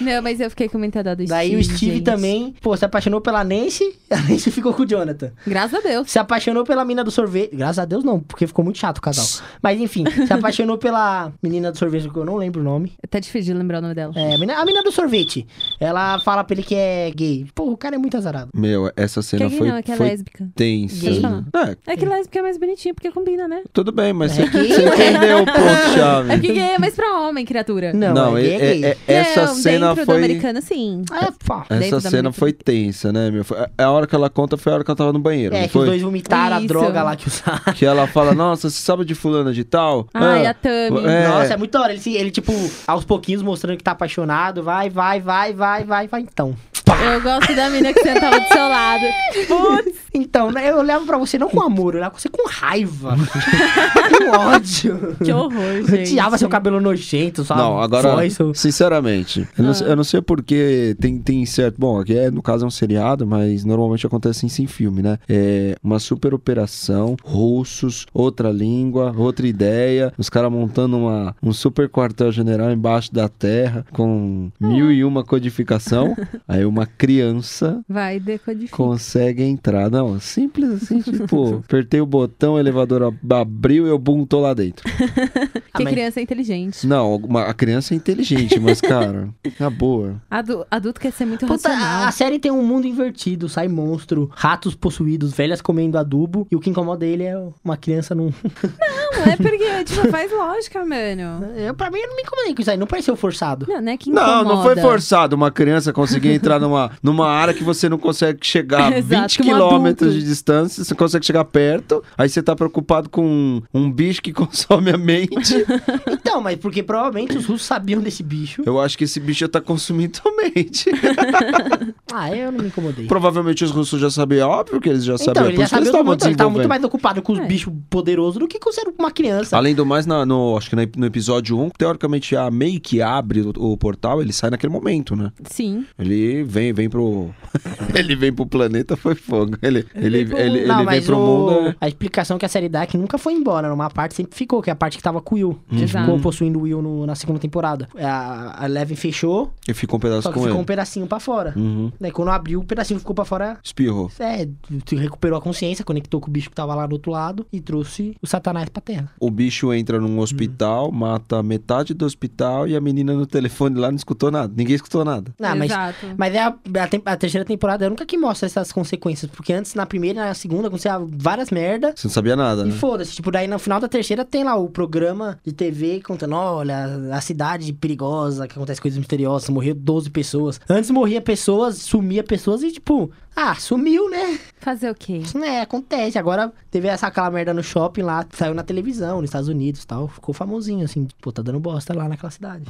Speaker 1: Não, mas eu fiquei com muita dó do
Speaker 3: Daí
Speaker 1: Steve.
Speaker 3: o Steve
Speaker 1: gente.
Speaker 3: também, pô, se apaixonou pela Nancy, a Nancy ficou com o Jonathan.
Speaker 1: Graças a Deus.
Speaker 3: Se apaixonou pela mina do sorvete. Graças a Deus não, porque ficou muito chato o casal. Mas enfim, se apaixonou pela menina do sorvete, que eu não lembro o nome.
Speaker 1: Tá difícil de lembrar o nome dela.
Speaker 3: É, a menina, a menina do sorvete. Ela fala pra ele que é gay. Pô, o cara é muito azarado.
Speaker 2: Meu, essa
Speaker 1: que é
Speaker 2: cena
Speaker 1: gay
Speaker 2: foi,
Speaker 1: não, é que é
Speaker 2: foi
Speaker 1: lésbica.
Speaker 2: tensa.
Speaker 1: Deixa eu falar.
Speaker 2: É,
Speaker 1: É que lésbica é mais bonitinho, porque combina, né?
Speaker 2: tudo bem, mas
Speaker 3: É
Speaker 2: você,
Speaker 3: gay,
Speaker 2: você
Speaker 3: ué.
Speaker 2: entendeu o ponto-chave.
Speaker 1: É porque gay é mais pra homem, criatura.
Speaker 3: Não, é, gay, é, gay.
Speaker 2: é- essa
Speaker 1: Não,
Speaker 2: cena
Speaker 1: dentro do
Speaker 2: foi...
Speaker 1: americano, sim.
Speaker 3: É, pá.
Speaker 1: dentro
Speaker 2: Essa
Speaker 1: da
Speaker 2: cena
Speaker 1: americana.
Speaker 2: foi tensa, né, meu? Foi- A hora que ela conta foi a hora que ela tava no banheiro,
Speaker 3: É,
Speaker 2: não
Speaker 3: que os
Speaker 2: foi?
Speaker 3: dois vomitaram
Speaker 1: Isso.
Speaker 3: a droga lá que usaram.
Speaker 2: Que ela fala, nossa, você sabe de fulana de tal?
Speaker 1: Ai,
Speaker 2: Ah,
Speaker 1: a Tami.
Speaker 2: É.
Speaker 3: Nossa, é muito da hora. Ele, se- ele, tipo, aos pouquinhos mostrando que tá apaixonado. Vai, vai, vai, vai, vai, vai, então.
Speaker 1: Eu gosto da menina que sentava do seu lado. Putz,
Speaker 3: Então, né, eu olhava pra você não com amor, eu olhava pra você com raiva. com ódio.
Speaker 1: Que horror,
Speaker 3: Eu
Speaker 1: gente.
Speaker 3: odiava seu cabelo nojento, sua
Speaker 2: Não, agora,
Speaker 3: voz, seu-
Speaker 2: sinceramente, eu não, eu não sei porque tem, tem certo. Bom, aqui é, no caso é um seriado, mas normalmente acontece isso em filme, né? É uma super operação, russos, outra língua, outra ideia, os caras montando uma, um super quartel-general embaixo da terra com mil e uma codificação. Aí uma criança
Speaker 1: Vai decodificar.
Speaker 2: consegue entrar. Não, simples assim, tipo, apertei o botão, o elevador ab- abriu e eu bum, tô lá dentro.
Speaker 1: Que
Speaker 3: mas-
Speaker 1: criança é inteligente.
Speaker 2: Não, uma- a criança é inteligente, mas, cara, na boa.
Speaker 1: Adu- adulto quer ser muito
Speaker 3: Puta,
Speaker 1: racional.
Speaker 2: ah.
Speaker 3: a a série tem um mundo invertido, sai monstro, ratos possuídos, velhas comendo adubo, e o que incomoda ele é uma criança num.
Speaker 1: Não, é porque, tipo, faz lógica, mano.
Speaker 3: Eu, pra mim, eu não me incomodei com isso aí, não pareceu forçado.
Speaker 1: Não, né? Que
Speaker 2: Não, não foi
Speaker 1: incomoda.
Speaker 2: forçado uma criança conseguir entrar numa, numa área que você não consegue chegar a
Speaker 1: Exato,
Speaker 2: 20
Speaker 1: que um
Speaker 2: quilômetros
Speaker 1: adulto.
Speaker 2: de distância, você consegue chegar perto, aí você tá preocupado com um, um bicho que consome a mente.
Speaker 3: Então, mas porque provavelmente os russos sabiam desse bicho.
Speaker 2: Eu acho que esse bicho já tá consumindo a mente.
Speaker 3: Ah, eu não me incomodei.
Speaker 2: Provavelmente os russos já sabiam, óbvio que eles já sabiam,
Speaker 3: Então, ele
Speaker 2: é por
Speaker 3: já
Speaker 2: isso que
Speaker 3: sabia
Speaker 2: eles
Speaker 3: os
Speaker 2: estavam
Speaker 3: momentos, ele tava
Speaker 2: desenvolvendo.
Speaker 3: muito mais ocupado com os
Speaker 1: É.
Speaker 3: bichos poderosos do que com ser uma criança.
Speaker 2: Além do mais, na- no, acho que na- no episódio 1, teoricamente, a meio que abre o, o portal, ele sai naquele momento, né?
Speaker 1: Sim.
Speaker 2: Ele vem, vem pro. ele vem pro planeta, foi fogo. Ele, ele, ele,
Speaker 1: vem pro-
Speaker 2: ele,
Speaker 3: não,
Speaker 2: vem
Speaker 3: mas
Speaker 2: pro
Speaker 3: o-
Speaker 2: mundo. né?
Speaker 3: a explicação que a série dá é que nunca foi embora. Numa parte sempre ficou, que é a parte que tava com o Will. Que
Speaker 1: Exato.
Speaker 3: ficou possuindo o Will no- na segunda temporada. A, a Eleven fechou,
Speaker 2: E ficou um pedaço
Speaker 3: só que
Speaker 2: com ele.
Speaker 3: ficou um pedacinho pra fora.
Speaker 2: Uhum.
Speaker 3: Daí quando abriu, o pedacinho que ficou pra fora.
Speaker 2: Espirrou.
Speaker 3: É, se recuperou a consciência, conectou com o bicho que tava lá do outro lado e trouxe o Satanás pra terra.
Speaker 2: O bicho entra num hospital, mata metade do hospital e a menina no telefone lá não escutou nada. Ninguém escutou nada.
Speaker 3: Não, Ah, mas
Speaker 1: Exato.
Speaker 3: Mas é a, a tem- a terceira temporada é a única que mostra essas consequências. Porque antes, na primeira e na segunda, acontecia várias merda.
Speaker 2: Você não sabia nada,
Speaker 3: E
Speaker 2: né?
Speaker 3: foda-se, tipo, daí no final da terceira tem lá o programa de TV contando, olha, a cidade perigosa, que acontece coisas misteriosas, morreu 12 pessoas. Antes morria pessoas, sumia pessoas e tipo, ah, sumiu, né?
Speaker 1: Fazer o quê?
Speaker 3: Isso né, acontece. Agora teve essa aquela merda no shopping lá, saiu na televisão, nos Estados Unidos e tal, ficou famosinho assim, pô, tá dando bosta lá naquela cidade.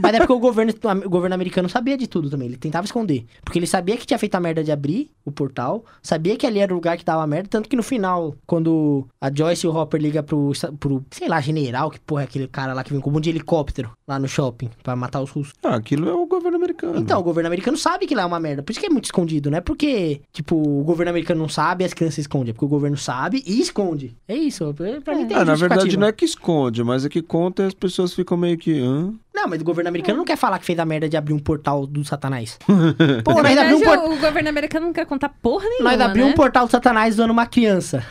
Speaker 3: Mas é porque o governo, o governo americano sabia de tudo também. Ele tentava esconder. Porque ele sabia que tinha feito a merda de abrir o portal. Sabia que ali era o lugar que dava merda. Tanto que no final, quando a Joyce e o Hopper ligam pro, esta- pro, sei lá, general, que porra é aquele cara lá que vem com um monte de helicóptero lá no shopping pra matar os russos.
Speaker 2: Ah, aquilo é o governo americano.
Speaker 3: Então, o governo americano sabe que lá é uma merda. Por isso que é muito escondido, não é porque, tipo, o governo americano não sabe e as crianças escondem. É porque o governo sabe e esconde. É isso. Pra mim tem
Speaker 2: Ah, na verdade
Speaker 3: justificativa.
Speaker 2: não é que esconde, mas é que conta e as pessoas ficam meio que. Hã?
Speaker 3: Não, mas o governo americano não quer falar que fez a merda de abrir um portal do satanás. Pô,
Speaker 1: Na
Speaker 3: nós
Speaker 1: verdade,
Speaker 3: abrimos um portal.
Speaker 1: o governo americano não quer contar porra nenhuma, né?
Speaker 3: Nós abrimos um portal do Satanás usando uma criança.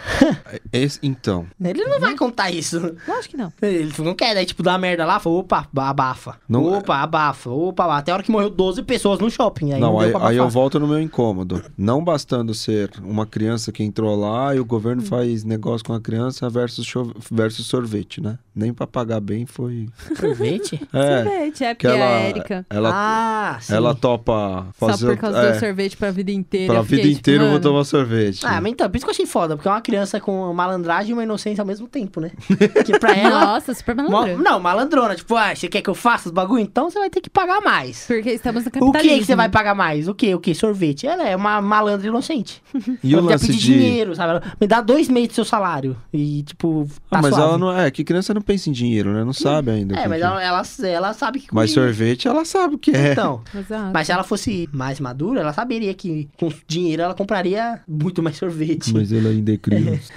Speaker 2: Esse- então.
Speaker 3: Ele não vai contar isso.
Speaker 1: porra. Lógico que não.
Speaker 3: Ele não quer, daí tipo, dá uma merda lá, fala, opa, abafa.
Speaker 2: Não- é-
Speaker 3: opa, abafa, opa, abafa. Até a hora que morreu 12 pessoas no shopping. Aí não,
Speaker 2: não, aí,
Speaker 3: deu pra
Speaker 2: aí eu
Speaker 3: abafar.
Speaker 2: volto no meu incômodo. Não bastando ser uma criança que entrou lá e o
Speaker 3: Hum.
Speaker 2: governo faz negócio com a criança versus, cho- versus sorvete, né? Nem pra pagar bem foi.
Speaker 3: Sorvete?
Speaker 2: É,
Speaker 1: Sorvete, é porque
Speaker 2: que
Speaker 1: a
Speaker 2: ela,
Speaker 1: Erika.
Speaker 2: ela,
Speaker 3: né? ah, sim.
Speaker 2: ela topa fazer.
Speaker 1: Só por causa
Speaker 2: é,
Speaker 1: do sorvete pra vida inteira.
Speaker 2: Pra
Speaker 1: eu fiquei,
Speaker 2: vida
Speaker 1: tipo,
Speaker 2: inteira eu vou
Speaker 1: mano,
Speaker 2: tomar sorvete.
Speaker 3: Ah, mas então, por isso que eu achei foda, porque é uma criança com malandragem e uma inocência ao mesmo tempo, né? Porque pra ela...
Speaker 1: É, Nossa, super
Speaker 3: Mo-
Speaker 1: malandro.
Speaker 3: não, malandrona, tipo, ah, você quer que eu faça os bagulho? Então você vai ter que pagar mais.
Speaker 1: Porque estamos no
Speaker 3: O
Speaker 1: capitalismo.
Speaker 3: que que você vai pagar mais? O que? O que? Sorvete. Ela é uma malandra inocente.
Speaker 2: e o
Speaker 3: ela
Speaker 2: lance
Speaker 3: pedir
Speaker 2: de.
Speaker 3: dinheiro, sabe? Ela, Me dá dois meses do seu salário. E, tipo,
Speaker 2: Ah,
Speaker 3: tá
Speaker 2: mas
Speaker 3: suave.
Speaker 2: ela não é. Que criança não pensa em dinheiro, né? Não sabe ainda. o
Speaker 3: É,
Speaker 2: que
Speaker 3: mas
Speaker 2: que-
Speaker 3: ela, ela, ela sabe que...
Speaker 2: Mas
Speaker 3: comigo-
Speaker 2: sorvete ela sabe o que é.
Speaker 3: Então,
Speaker 1: Exato.
Speaker 3: mas se ela fosse mais madura, ela saberia que com dinheiro ela compraria muito mais sorvete,
Speaker 2: Mas ela ainda é criança.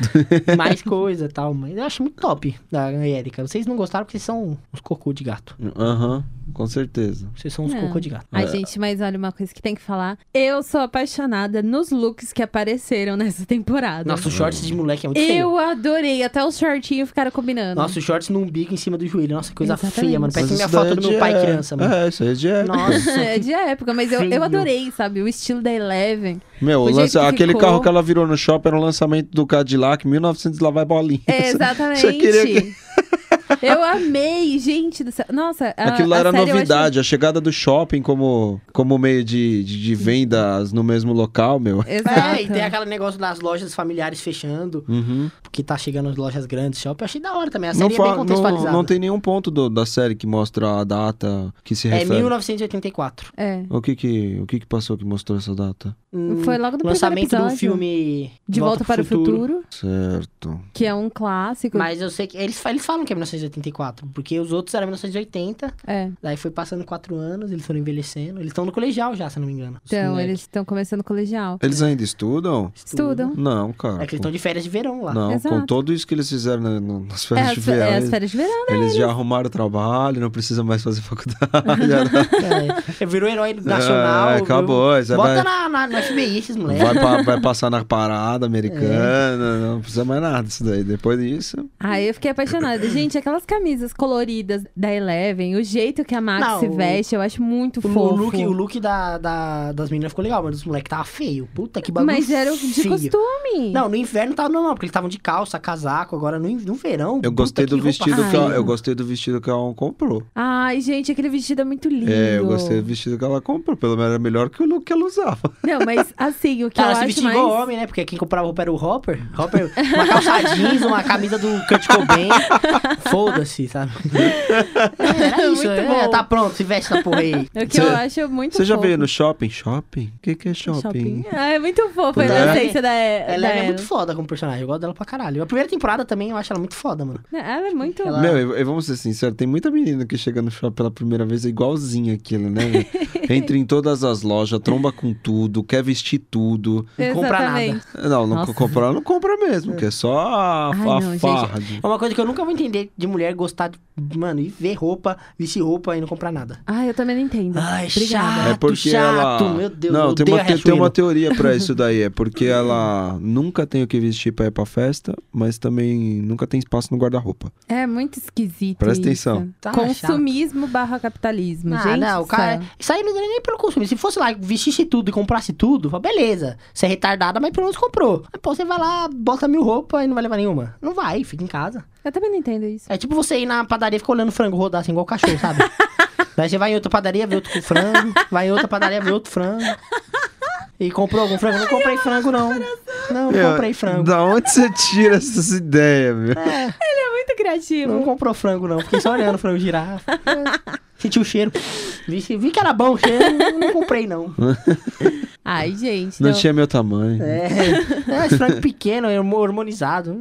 Speaker 3: mais coisa e tal. Mas eu acho muito top da Erika. Vocês não gostaram porque vocês são uns cocô de gato.
Speaker 2: Aham, com certeza.
Speaker 3: Vocês são uns
Speaker 1: Não.
Speaker 3: cocô de gato.
Speaker 2: é.
Speaker 1: Ai, gente, mas olha uma coisa que tem que falar. Eu sou apaixonada nos looks que apareceram nessa temporada.
Speaker 3: Nosso shorts de moleque é muito feio.
Speaker 1: eu adorei. Até os shortinhos ficaram combinando.
Speaker 3: Nosso shorts no umbigo em cima do joelho. Nossa, que coisa
Speaker 1: Exatamente.
Speaker 3: feia, mano.
Speaker 2: Mas
Speaker 3: Parece minha
Speaker 2: isso daí
Speaker 3: foto
Speaker 2: é
Speaker 3: do
Speaker 2: de
Speaker 3: meu pai
Speaker 2: é-
Speaker 3: criança, mano.
Speaker 2: É, isso aí é de época.
Speaker 3: Nossa.
Speaker 1: é de época, mas eu, eu
Speaker 3: Feio.
Speaker 1: adorei, sabe? O estilo da Eleven.
Speaker 2: Meu, o
Speaker 1: O jeito
Speaker 2: lance-
Speaker 1: que
Speaker 2: aquele
Speaker 1: ficou.
Speaker 2: carro que ela virou no shopping era um lançamento do Cadillac, 1900 lá vai bolinha.
Speaker 1: É, exatamente.
Speaker 2: queria que-
Speaker 1: Eu amei, gente do céu. Nossa, a,
Speaker 2: Aquilo lá
Speaker 1: a
Speaker 2: era
Speaker 1: série eu
Speaker 2: novidade, a chegada do shopping como, como meio de, de, de vendas no mesmo local, meu.
Speaker 1: acho- Exato.
Speaker 3: É, e tem aquele negócio das lojas familiares fechando,
Speaker 2: Uhum.
Speaker 3: porque tá chegando as lojas grandes, shopping. Eu achei da hora também. A
Speaker 2: Não,
Speaker 3: série é
Speaker 2: fa-
Speaker 3: bem
Speaker 2: não-
Speaker 3: contextualizada.
Speaker 2: não tem nenhum ponto do- da série que mostra a data que se
Speaker 3: É
Speaker 2: refere.
Speaker 3: 1984.
Speaker 1: É.
Speaker 2: O que que, o que que passou que mostrou essa data?
Speaker 3: Hum,
Speaker 1: Foi logo no primeiro
Speaker 3: Lançamento do
Speaker 1: episódio.
Speaker 3: filme
Speaker 1: De Volta, para o futuro.
Speaker 2: Certo.
Speaker 1: que é um clássico.
Speaker 3: Mas eu sei que eles, fa- eles falam que é 1984, porque os outros eram 1980,
Speaker 1: É.
Speaker 3: daí foi passando quatro anos, eles foram envelhecendo, eles estão no colegial já, se eu não me engano. os
Speaker 1: Então,
Speaker 3: moleque.
Speaker 1: eles estão começando o colegial.
Speaker 2: Eles ainda estudam?
Speaker 1: Estudam.
Speaker 2: Não, cara.
Speaker 3: É que eles estão de férias de verão lá.
Speaker 2: Não,
Speaker 1: Exato.
Speaker 2: com tudo isso que eles fizeram na- na- nas
Speaker 1: É
Speaker 2: férias
Speaker 1: as,
Speaker 2: de verão,
Speaker 1: é as
Speaker 2: eles-
Speaker 1: férias de verão.
Speaker 2: eles já arrumaram trabalho, não precisam mais fazer faculdade.
Speaker 3: É, virou herói nacional.
Speaker 2: É, acabou,
Speaker 3: Viu?
Speaker 2: isso é
Speaker 3: Bota
Speaker 2: vai-
Speaker 3: na, na, no FBI esses moleques.
Speaker 2: Vai, pa- vai passar na parada americana, não precisa mais nada disso daí. Depois disso,
Speaker 1: Aí eu fiquei apaixonada. Gente, aquelas camisas coloridas da Eleven, o jeito que a Max
Speaker 3: Não,
Speaker 1: se
Speaker 3: o-
Speaker 1: veste, eu acho muito
Speaker 3: O,
Speaker 1: fofo.
Speaker 3: look, o look da, da- das meninas ficou legal, mas dos moleques tava feio. Puta que bagulho.
Speaker 1: Mas era de
Speaker 3: feio.
Speaker 1: costume.
Speaker 3: Não, no inverno tava normal, porque eles estavam de calça, casaco, agora no, in- no verão.
Speaker 2: eu
Speaker 3: puta
Speaker 2: gostei
Speaker 3: que
Speaker 2: do
Speaker 3: roupa
Speaker 2: vestido que
Speaker 3: feia.
Speaker 2: ela, eu gostei do vestido que ela comprou.
Speaker 1: Ai, gente, aquele vestido é muito lindo.
Speaker 2: É, eu gostei do vestido que ela comprou, pelo menos era melhor que o look que ela usava.
Speaker 1: Não, mas assim, o que
Speaker 3: Ela
Speaker 1: eu
Speaker 3: se
Speaker 1: acho
Speaker 3: vestiu
Speaker 1: mais...
Speaker 3: igual homem, né? Porque quem comprava roupa era o Hopper. Hopper, uma calça jeans, uma camisa do Kurt Cobain. Foda-se, sabe? É, era isso,
Speaker 1: Muito
Speaker 3: é,
Speaker 1: bom.
Speaker 3: tá pronto, se veste essa porra aí.
Speaker 1: O que
Speaker 2: Você-
Speaker 1: eu acho muito
Speaker 2: Você já
Speaker 1: fofo.
Speaker 2: veio no shopping? Shopping? O que, que é shopping?
Speaker 1: Ah, é muito fofo a
Speaker 2: Puta,
Speaker 1: inocência da,
Speaker 3: Ela
Speaker 1: da
Speaker 3: é muito foda como personagem, eu gosto dela pra caralho. A primeira temporada também eu acho ela muito foda, mano.
Speaker 1: Ela é muito...
Speaker 3: Ela-
Speaker 2: Meu, e- e vamos ser sinceros, tem muita menina que chega no shopping pela primeira vez é igualzinha aquilo, né? meu? Entra em todas as lojas, tromba com tudo, quer vestir tudo.
Speaker 3: não compra nada.
Speaker 1: Exatamente.
Speaker 2: Não, não
Speaker 1: Nossa.
Speaker 2: comprar, não compra mesmo, que é só a,
Speaker 1: Ai,
Speaker 2: a
Speaker 1: não, gente.
Speaker 2: farra. de-
Speaker 3: É uma coisa que eu nunca vou entender de mulher gostar de, mano, e ver roupa, vestir roupa e não comprar nada.
Speaker 1: Ai, Ah, eu também não entendo.
Speaker 2: Ah.
Speaker 3: Ai,
Speaker 1: Obrigada.
Speaker 3: chato.
Speaker 2: É porque
Speaker 3: chato,
Speaker 2: ela.
Speaker 3: meu Deus, eu
Speaker 2: não, tem
Speaker 3: odeio
Speaker 2: uma,
Speaker 3: a
Speaker 2: te-
Speaker 3: Hash
Speaker 2: tem uma
Speaker 3: Window.
Speaker 2: teoria pra isso daí. É porque ela nunca tem o que vestir pra ir pra festa, mas também nunca tem espaço no guarda-roupa.
Speaker 1: É muito esquisito.
Speaker 2: Presta
Speaker 1: isso.
Speaker 2: atenção.
Speaker 3: Tá
Speaker 1: Consumismo barra capitalismo,
Speaker 3: Ah,
Speaker 1: gente.
Speaker 3: não, o
Speaker 1: do
Speaker 3: cara.
Speaker 1: céu.
Speaker 3: Isso aí não é nem pelo consumo. Se fosse lá, vestisse tudo e comprasse tudo, fala, beleza. Você é retardada, mas pelo menos comprou. Mas, pô, você vai lá, bota mil roupas e não vai levar nenhuma. Não vai, fica em casa.
Speaker 1: Eu também não entendo isso.
Speaker 3: É tipo você ir na padaria e ficar olhando frango rodar assim, igual cachorro, sabe? Daí você vai em outra padaria, vê outro com frango. Vai em outra padaria, vê outro frango. E comprou algum frango? Não comprei frango, não. Não, não comprei frango. É,
Speaker 2: Da onde você tira essas ideias, meu?
Speaker 1: É Muito criativo.
Speaker 3: Não comprou frango, não. Fiquei só olhando o frango girar. Senti o cheiro. Vi, vi que era bom o cheiro, não, não comprei, não.
Speaker 1: Ai, gente.
Speaker 2: Não
Speaker 1: Não
Speaker 2: tinha meu tamanho.
Speaker 3: É, é esse frango pequeno, hormo- hormonizado.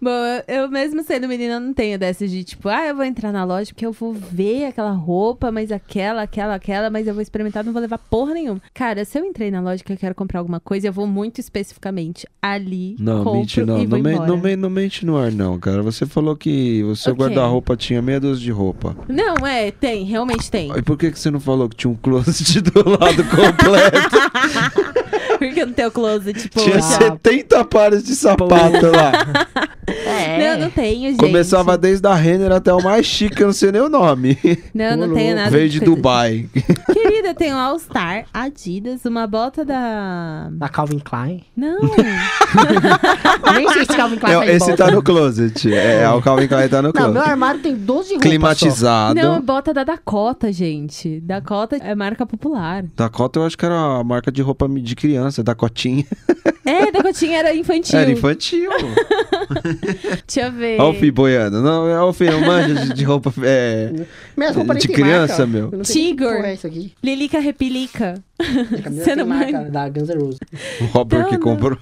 Speaker 1: Bom, eu eu mesmo sendo menina, não tenho dessas de tipo, ah, eu vou entrar na loja porque eu vou ver aquela roupa, mas aquela, aquela, aquela, mas eu vou experimentar, não vou levar porra nenhuma. Cara, se eu entrei na loja que eu quero comprar alguma coisa, eu vou muito especificamente ali.
Speaker 2: Não,
Speaker 1: compro
Speaker 2: mente não.
Speaker 1: E
Speaker 2: Não,
Speaker 1: vou
Speaker 2: men-
Speaker 1: embora.
Speaker 2: não, men- não mente no ar, não, cara. Você falou que o seu
Speaker 1: O quê?
Speaker 2: guarda-roupa tinha meia dúzia de roupa.
Speaker 1: Não, é, tem, realmente tem.
Speaker 2: E por que, que você não falou que tinha um closet do lado completo?
Speaker 1: Porque eu não tenho closet, tipo.
Speaker 2: tinha 70 pares de sapato lá.
Speaker 3: É.
Speaker 1: Não, não tenho, gente.
Speaker 2: Começava desde a Renner até o mais chique, eu não sei nem o nome.
Speaker 1: Não,
Speaker 3: Ô,
Speaker 1: não tenho
Speaker 3: louco.
Speaker 1: nada.
Speaker 2: Veio de
Speaker 1: coisa.
Speaker 2: Dubai.
Speaker 1: Querida, eu tenho All Star, Adidas, uma bota da.
Speaker 3: Da Calvin Klein.
Speaker 1: Não!
Speaker 3: Nem sei se Calvin Klein
Speaker 2: É,
Speaker 3: tá de
Speaker 2: esse
Speaker 3: volta.
Speaker 2: tá no closet. É, é, o Calvin Klein tá no
Speaker 3: Não, meu
Speaker 2: closet.
Speaker 3: armário tem 12 roupas só.
Speaker 2: Climatizado.
Speaker 1: não, a bota da Dakota, gente. Dakota é marca popular.
Speaker 2: Dakota eu acho que era a marca de roupa de criança, da cotinha.
Speaker 1: É, Dakotinha era infantil.
Speaker 2: Era infantil.
Speaker 1: Deixa eu ver.
Speaker 2: Olha o Fih boiando. Não, é o Fih, não manja de, de roupa. É,
Speaker 3: Minhas roupas nem
Speaker 2: de
Speaker 3: tem
Speaker 2: criança,
Speaker 3: marca, ó.
Speaker 2: meu.
Speaker 3: Eu não sei nem que
Speaker 1: Tigor.
Speaker 3: porra É isso aqui.
Speaker 1: Lilica Repilica.
Speaker 3: Minha camisa
Speaker 1: Você
Speaker 3: tem
Speaker 1: não
Speaker 3: marca
Speaker 1: manja.
Speaker 3: da Guns N' Roses.
Speaker 2: o Robert
Speaker 1: Não,
Speaker 2: que
Speaker 1: não.
Speaker 2: comprou.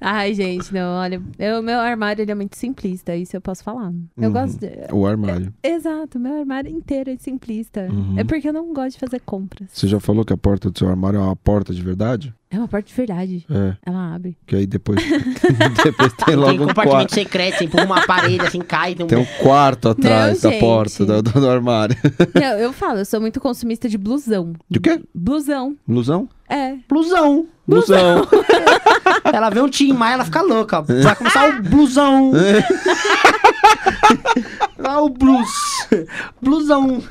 Speaker 1: Ai, gente, não, olha. O meu armário ele é muito simplista, isso eu posso falar. Eu
Speaker 2: Uhum.
Speaker 1: gosto de.
Speaker 2: O armário.
Speaker 1: Exato, meu armário inteiro é simplista.
Speaker 2: Uhum.
Speaker 1: É porque eu não gosto de fazer compras.
Speaker 2: Você já falou que a porta do seu armário é uma porta de verdade?
Speaker 1: É uma parte de verdade.
Speaker 2: É.
Speaker 1: Ela abre.
Speaker 2: Que aí depois, depois tem
Speaker 3: Tem
Speaker 2: logo um
Speaker 3: compartimento
Speaker 2: quarto.
Speaker 3: secreto, você empurra uma parede, assim, cai. Tem um...
Speaker 2: Tem um quarto atrás da
Speaker 1: gente.
Speaker 2: porta da- do, do armário.
Speaker 1: Não, eu falo, eu sou muito consumista de blusão.
Speaker 2: De quê?
Speaker 1: Blusão.
Speaker 2: Blusão?
Speaker 1: É.
Speaker 3: Blusão.
Speaker 2: Blusão.
Speaker 3: Ela vê um Tim Maia, ela fica louca. Vai começar o blusão. Ah, o blues. Blusão.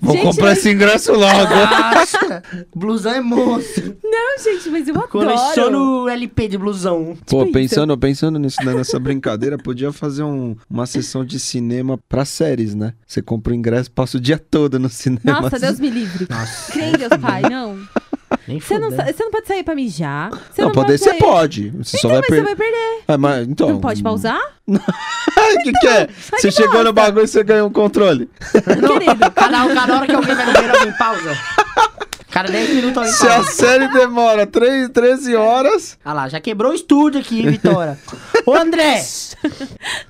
Speaker 2: Vou
Speaker 1: Gente,
Speaker 2: comprar
Speaker 1: mas- Tá
Speaker 2: esse ingresso logo.
Speaker 3: Nossa. Blusão é moço.
Speaker 1: Não, gente, mas eu
Speaker 3: Quando
Speaker 1: adoro.
Speaker 3: eu só no LP de blusão.
Speaker 2: Pô,
Speaker 1: isso.
Speaker 2: pensando, pensando nisso, né, nessa brincadeira, podia fazer um- uma sessão de cinema pra séries, né? Você compra o ingresso, passa o dia todo no cinema.
Speaker 1: Nossa, Deus me livre.
Speaker 3: Nossa.
Speaker 1: Crê em Deus, pai, não.
Speaker 3: Nem
Speaker 1: Você não,
Speaker 3: fudendo.
Speaker 1: sa- você não pode sair pra mijar. Você
Speaker 2: não,
Speaker 1: não,
Speaker 2: pode, você
Speaker 1: sair-
Speaker 2: pode. Você só
Speaker 1: Não,
Speaker 2: vai
Speaker 1: mas você
Speaker 2: perder.
Speaker 1: vai perder.
Speaker 2: Ah, mas, então,
Speaker 1: Não pode pausar?
Speaker 2: O que, que é? Você
Speaker 1: que
Speaker 2: chegou
Speaker 1: bosta.
Speaker 2: no bagulho e você ganhou um controle.
Speaker 1: Querido,
Speaker 3: Cada, cada hora que alguém vai no banheiro, alguém pausa. Cada 10 minutos alguém
Speaker 2: Se a
Speaker 3: pausa.
Speaker 2: série demora 3, 13 horas.
Speaker 3: Ah lá, já quebrou o estúdio aqui, hein, Vitória. Ô, André!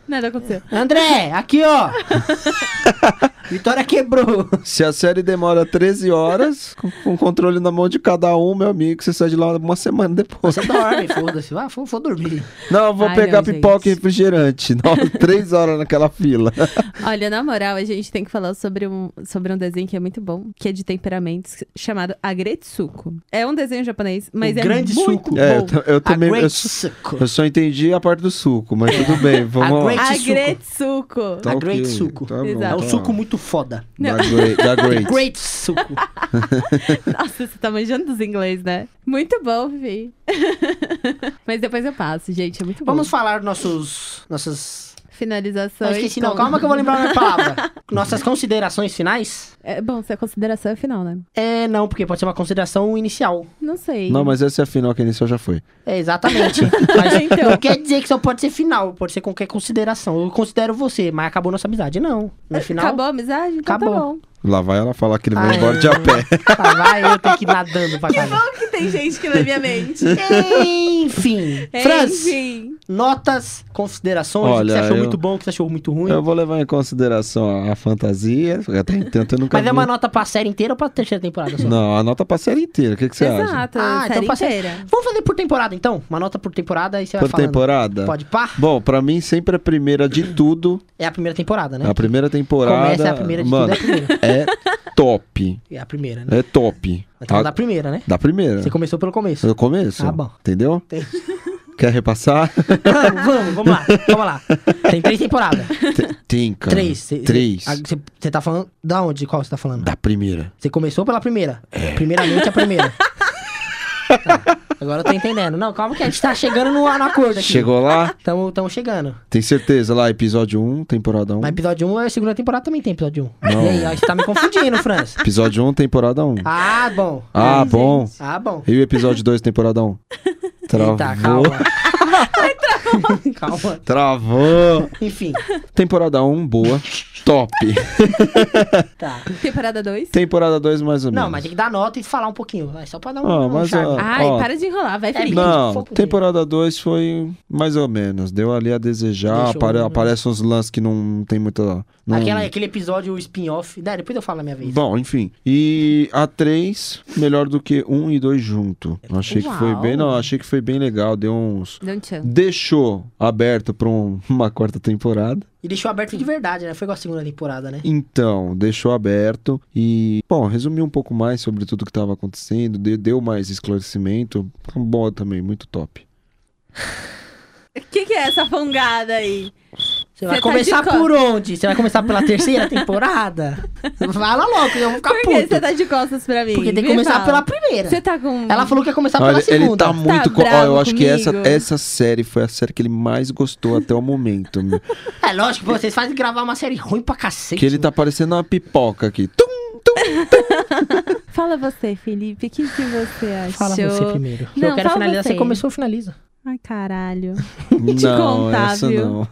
Speaker 1: nada aconteceu.
Speaker 3: André, aqui, ó. Vitória quebrou.
Speaker 2: Se a série demora 13 horas, com, com controle na mão de cada um, meu amigo, você sai de lá uma semana depois.
Speaker 3: Você dorme, foda-se. Ah, vou, vou dormir.
Speaker 2: Não, eu vou
Speaker 1: Ai,
Speaker 2: pegar
Speaker 1: não,
Speaker 2: pipoca e
Speaker 1: gente.
Speaker 2: refrigerante. Nossa, 3 horas naquela fila.
Speaker 1: Olha, na moral, a gente tem que falar sobre um, sobre um desenho que é muito bom, que é de temperamentos, chamado Agretsuko. É um desenho japonês, mas
Speaker 3: O
Speaker 1: é
Speaker 3: grande
Speaker 1: muito
Speaker 3: suco.
Speaker 1: bom.
Speaker 2: É, eu, ta- eu
Speaker 3: A
Speaker 2: também. Eu,
Speaker 3: Great
Speaker 2: só-
Speaker 3: Suco.
Speaker 2: eu só entendi a parte do suco, mas tudo bem. Vamos
Speaker 3: great-
Speaker 2: lá.
Speaker 1: Agretsuco.
Speaker 2: Tá
Speaker 3: a
Speaker 2: ok,
Speaker 3: Great Suco.
Speaker 2: tá bom,
Speaker 1: Exato.
Speaker 3: É
Speaker 1: tá
Speaker 3: um suco muito foda.
Speaker 2: Da, great, da Great.
Speaker 3: Great Suco.
Speaker 1: Nossa, você tá manjando dos inglês, né? Muito bom, Vi. Mas depois eu passo, gente. É muito bom.
Speaker 3: Vamos falar nossos... Nossas...
Speaker 1: Finalização.
Speaker 3: Não,
Speaker 1: e
Speaker 3: esqueci, não.
Speaker 1: toma.
Speaker 3: Calma que eu vou lembrar a minha palavra. Nossas considerações finais?
Speaker 1: É, bom, se a consideração é final, né?
Speaker 3: É, não, porque pode ser uma consideração inicial.
Speaker 1: Não sei.
Speaker 2: Não, mas essa é a final que iniciou já foi.
Speaker 3: É, exatamente. Mas
Speaker 1: Então.
Speaker 3: não quer dizer que só pode ser final, pode ser qualquer consideração. Eu considero você, mas acabou nossa amizade. Não. No final.
Speaker 1: Acabou a amizade? Então tá
Speaker 3: Acabou.
Speaker 1: bom.
Speaker 2: Lá vai ela falar que ele vai
Speaker 3: Ai,
Speaker 2: embora de a pé.
Speaker 3: Tá, vai, eu tenho que ir nadando pra casa.
Speaker 1: que tem gente que na minha mente.
Speaker 3: Enfim. Franz,
Speaker 1: Enfim.
Speaker 3: notas, considerações, o que você
Speaker 2: Olha,
Speaker 3: achou
Speaker 2: eu-
Speaker 3: muito bom, o que você achou muito ruim.
Speaker 2: Eu vou levar em consideração a, a fantasia. Até então eu nunca.
Speaker 3: Mas é
Speaker 2: vi.
Speaker 3: uma nota pra série inteira ou pra terceira temporada só?
Speaker 2: Não, a nota pra série inteira. O que, que você acha?
Speaker 1: Exato.
Speaker 3: Ah, então
Speaker 1: série
Speaker 3: passei.
Speaker 1: inteira.
Speaker 3: Vamos fazer por temporada então? Uma nota por temporada e você
Speaker 2: Por
Speaker 3: vai falando.
Speaker 2: temporada?
Speaker 3: Pode pá?
Speaker 2: Bom, pra mim sempre a primeira de tudo.
Speaker 3: É a primeira temporada, né?
Speaker 2: A primeira temporada.
Speaker 3: Começa a primeira de
Speaker 2: mano,
Speaker 3: tudo, é a primeira.
Speaker 2: é top.
Speaker 3: É a primeira, né?
Speaker 2: É top.
Speaker 3: Então
Speaker 2: A-
Speaker 3: da primeira, né?
Speaker 2: Da primeira.
Speaker 3: Você começou pelo começo.
Speaker 2: Eu começo.
Speaker 3: Ah, bom.
Speaker 2: Entendeu?
Speaker 3: Tem-
Speaker 2: Quer repassar?
Speaker 3: vamos, vamos, vamos lá, vamos lá. Tem três temporadas.
Speaker 2: Te- Tem, cara.
Speaker 3: Três. Cê- cê-
Speaker 2: Três.
Speaker 3: a- cê- Você tá falando. Da onde? De qual você tá falando?
Speaker 2: Da É. primeira.
Speaker 3: Você começou pela primeira. Primeiramente a primeira. Tá, Agora eu tô entendendo. Não, calma que a gente tá chegando no, no acordo aqui.
Speaker 2: Chegou lá?
Speaker 3: Tamo, tamo chegando.
Speaker 2: Tem certeza lá, episódio 1, temporada 1.
Speaker 3: Mas episódio 1 é a segunda temporada também tem episódio 1.
Speaker 2: Não.
Speaker 3: E aí, ó, você tá me confundindo, Franz.
Speaker 2: Episódio 1, temporada 1.
Speaker 3: Ah, bom.
Speaker 2: Ah, bom.
Speaker 3: Ah, bom.
Speaker 2: E o episódio 2, temporada 1? Travou.
Speaker 3: Eita, calma. calma.
Speaker 2: Travou.
Speaker 3: Enfim,
Speaker 2: Temporada 1, boa. Top.
Speaker 3: tá.
Speaker 1: Temporada 2.
Speaker 2: temporada 2, mais ou menos.
Speaker 3: Não, mas tem que dar nota e falar um pouquinho. vai, Só pra dar um,
Speaker 2: Ah,
Speaker 3: um
Speaker 2: mas,
Speaker 3: charme.
Speaker 2: ah,
Speaker 1: Ai,
Speaker 2: ó.
Speaker 1: para de enrolar,
Speaker 3: É
Speaker 1: vai, Felipe.
Speaker 2: Não,
Speaker 3: Foco
Speaker 2: temporada 2 foi mais ou menos. Deu ali a desejar.
Speaker 3: Deixou
Speaker 2: apare-
Speaker 3: um-
Speaker 2: Aparecem uns lances que não tem muita. Não...
Speaker 3: Aquela, é aquele episódio spin-off. Daí, depois eu falo na minha vez.
Speaker 2: Bom, enfim. E a 3, melhor do que 1 e 2 junto. Eu Achei que foi
Speaker 1: Uau.
Speaker 2: bem. Não, achei que foi bem legal. Deu uns.
Speaker 1: Não tchan.
Speaker 2: Deixou aberto pra um- uma quarta temporada.
Speaker 3: E deixou aberto de verdade, né? Foi igual a segunda temporada, né?
Speaker 2: Então, deixou aberto. E, bom, resumi um pouco mais sobre tudo que estava acontecendo. de- Deu mais esclarecimento. Boa também, muito top.
Speaker 1: O que, que é essa fungada aí?
Speaker 3: Você vai
Speaker 1: Você tá
Speaker 3: começar
Speaker 1: de co-
Speaker 3: por onde? Você vai começar pela terceira temporada? Fala logo, que eu vou ficar
Speaker 1: Por que
Speaker 3: puto.
Speaker 1: você tá de costas pra mim?
Speaker 3: Porque tem que
Speaker 1: Me
Speaker 3: começar
Speaker 1: fala.
Speaker 3: pela primeira.
Speaker 1: Você tá com.
Speaker 3: Ela falou que ia começar
Speaker 2: Ah,
Speaker 3: pela
Speaker 2: ele, ele
Speaker 3: segunda.
Speaker 2: tá muito. co-
Speaker 1: bravo
Speaker 2: Ó, eu acho que essa,
Speaker 1: comigo?
Speaker 2: essa série foi a série que ele mais gostou até o momento. meu.
Speaker 3: É lógico, pô, vocês fazem gravar uma série ruim pra cacete.
Speaker 2: que ele tá parecendo uma pipoca aqui. Tum!
Speaker 1: Fala você, Felipe. O que, que você achou?
Speaker 3: Fala você primeiro.
Speaker 1: Não,
Speaker 3: eu quero
Speaker 1: fala
Speaker 3: finalizar. Você,
Speaker 1: você.
Speaker 3: começou, finaliza.
Speaker 1: Ai, caralho.
Speaker 2: Não,
Speaker 1: te contar,
Speaker 2: essa
Speaker 1: viu?
Speaker 2: não.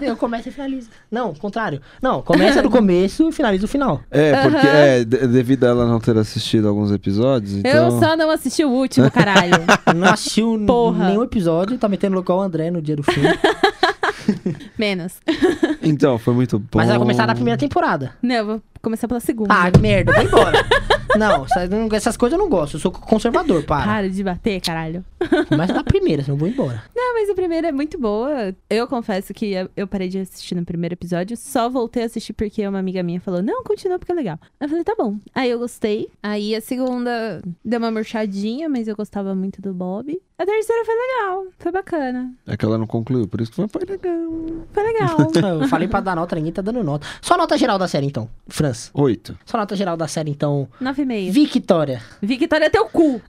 Speaker 3: Eu começo e finalizo. Não, o contrário. Não, começa do começo e finaliza o final.
Speaker 2: É, porque
Speaker 1: Aham.
Speaker 2: é, de- devido a ela não ter assistido alguns episódios, então...
Speaker 1: Eu só não assisti o último, caralho.
Speaker 3: Não assistiu n-
Speaker 1: Porra.
Speaker 3: nenhum episódio, tá metendo louco ao André no dia do filme.
Speaker 1: Menos.
Speaker 2: Então, foi muito bom.
Speaker 3: Mas vai começar da primeira temporada.
Speaker 1: Não, eu vou começar pela segunda.
Speaker 3: Ah, que merda, vai embora. não, essas- não- essas coisas eu não gosto. Eu sou conservador, para.
Speaker 1: Para de bater, caralho.
Speaker 3: Começa da primeira, senão eu vou embora.
Speaker 1: Não, mas a primeira é muito boa. Eu confesso que eu- eu parei de assistir no primeiro episódio. Só voltei a assistir porque uma amiga minha falou: Não, continua porque é legal. Eu falei: Tá bom. Aí eu gostei. Aí a segunda deu uma murchadinha, mas eu gostava muito do Bob. A terceira foi legal. Foi bacana.
Speaker 2: É que ela não concluiu, por isso que foi, foi legal.
Speaker 1: Foi legal.
Speaker 3: Eu falei pra dar nota, ninguém tá dando nota. Só nota geral da série, então. Franz.
Speaker 2: Oito.
Speaker 3: Só nota geral da série, então.
Speaker 1: Na 9,5.
Speaker 3: Victoria.
Speaker 1: Victoria é teu cu.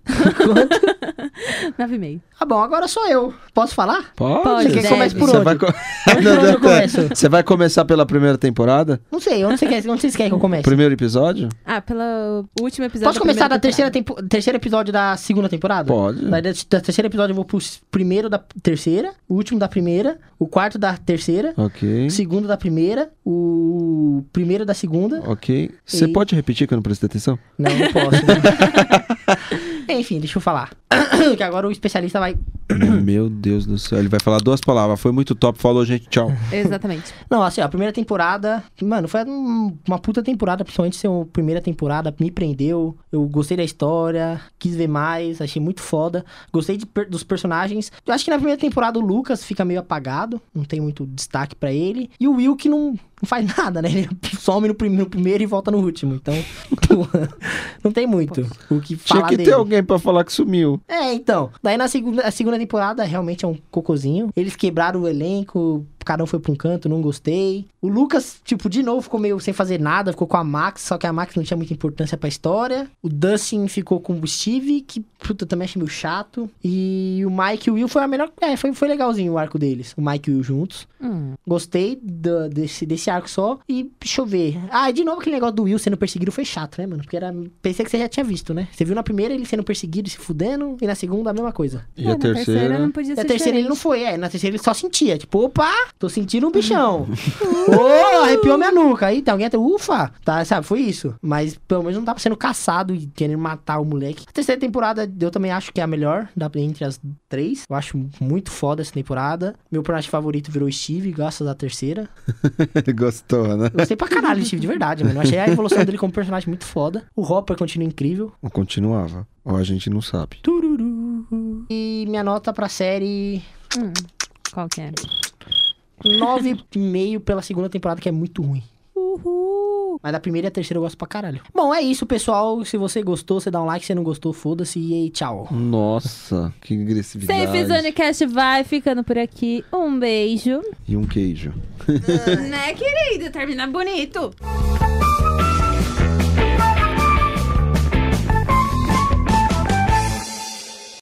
Speaker 1: 9,5.
Speaker 3: Ah, bom, agora sou eu. Posso falar?
Speaker 2: Pode.
Speaker 1: Pode, é.
Speaker 2: Você
Speaker 1: deve.
Speaker 3: começa por
Speaker 2: Você
Speaker 3: onde?
Speaker 2: vai, co- é.
Speaker 3: Por onde eu começo?
Speaker 2: Você vai começar pela primeira temporada?
Speaker 3: Não sei, onde, você quer, onde vocês querem que eu comece?
Speaker 2: Primeiro episódio?
Speaker 1: Ah, pelo último episódio.
Speaker 3: Posso começar da
Speaker 1: primeira
Speaker 3: terceira
Speaker 1: temporada.
Speaker 3: tempo, terceiro episódio da segunda temporada?
Speaker 2: Pode.
Speaker 3: Daí da, da terceira episódio eu vou pro s- primeiro da terceira, o último da primeira, o quarto da terceira,
Speaker 2: Ok.
Speaker 3: o segundo da primeira, o primeiro da segunda.
Speaker 2: Ok. Você
Speaker 3: E-
Speaker 2: pode repetir que eu não prestei atenção?
Speaker 3: Não, não posso. né? Enfim, deixa eu falar. que agora o especialista vai.
Speaker 2: Meu Deus do céu. Ele vai falar duas palavras. Foi muito top. Falou, gente. Tchau.
Speaker 1: Exatamente.
Speaker 3: Não, assim, ó, a primeira temporada. Mano, foi um- uma puta temporada, principalmente ser a primeira temporada. Me prendeu. Eu gostei da história. Quis ver mais. Achei muito foda. Gostei de per- dos personagens. Eu acho que na primeira temporada o Lucas fica meio apagado. Não tem muito destaque pra ele. E o Will que não, não faz nada, né? Ele some no, prim- no primeiro e volta no último. Então, porra, não tem muito o que falar
Speaker 2: Tinha que
Speaker 3: dele.
Speaker 2: ter alguém pra falar que sumiu.
Speaker 3: É, então. Daí na segunda, a segunda temporada realmente é um cocôzinho. Eles quebraram o elenco, cada um foi pra um canto, não gostei. O Lucas, tipo, de novo ficou meio sem fazer nada, ficou com a Max, só que a Max não tinha muita importância pra história. O Dustin ficou com o Steve, que puta, eu também achei meio chato. E o Mike e o Will foi a melhor. É, foi, foi legalzinho o arco deles, o Mike e o Will juntos.
Speaker 1: Hum.
Speaker 3: Gostei da- desse, desse arco só. E deixa eu ver. Ah, de novo aquele negócio do Will sendo perseguido foi chato, né, mano? Porque era. Pensei que você já tinha visto, né? Você viu na primeira ele sendo perseguido, e se fudendo, e na segunda a mesma coisa.
Speaker 2: E
Speaker 1: Ah,
Speaker 2: a
Speaker 1: na
Speaker 2: terceira?
Speaker 1: não podia
Speaker 3: E
Speaker 1: ser
Speaker 3: a terceira ele não
Speaker 1: diferente.
Speaker 3: foi, é. Na terceira ele só sentia, tipo, opa, tô sentindo um bichão. Ô, arrepiou minha nuca. Aí tem alguém até, ufa, tá, sabe? Foi isso. Mas pelo menos não tava sendo caçado e querendo matar o moleque. A terceira temporada eu também acho que é a melhor, da, entre as três. Eu acho muito foda essa temporada. Meu personagem favorito virou Steve, graças à terceira.
Speaker 2: Gostou, né?
Speaker 3: Eu gostei pra caralho do Steve de verdade, mano. Eu achei a evolução dele como personagem muito foda. O Hopper continua incrível.
Speaker 2: Continuava. Ou a gente não sabe.
Speaker 3: Tururu. E minha nota pra série
Speaker 1: Hum. Qual que é?
Speaker 3: 9,5 pela segunda temporada, que é muito ruim.
Speaker 1: Uhul.
Speaker 3: Mas da primeira e a terceira eu gosto pra caralho. Bom, é isso, pessoal. Se você gostou, você dá um like. Se não gostou, foda-se. E aí, tchau.
Speaker 2: Nossa, que agressividade.
Speaker 1: Safe Zone Cast vai ficando por aqui. Um beijo.
Speaker 2: E um queijo.
Speaker 1: né, querido? Termina bonito.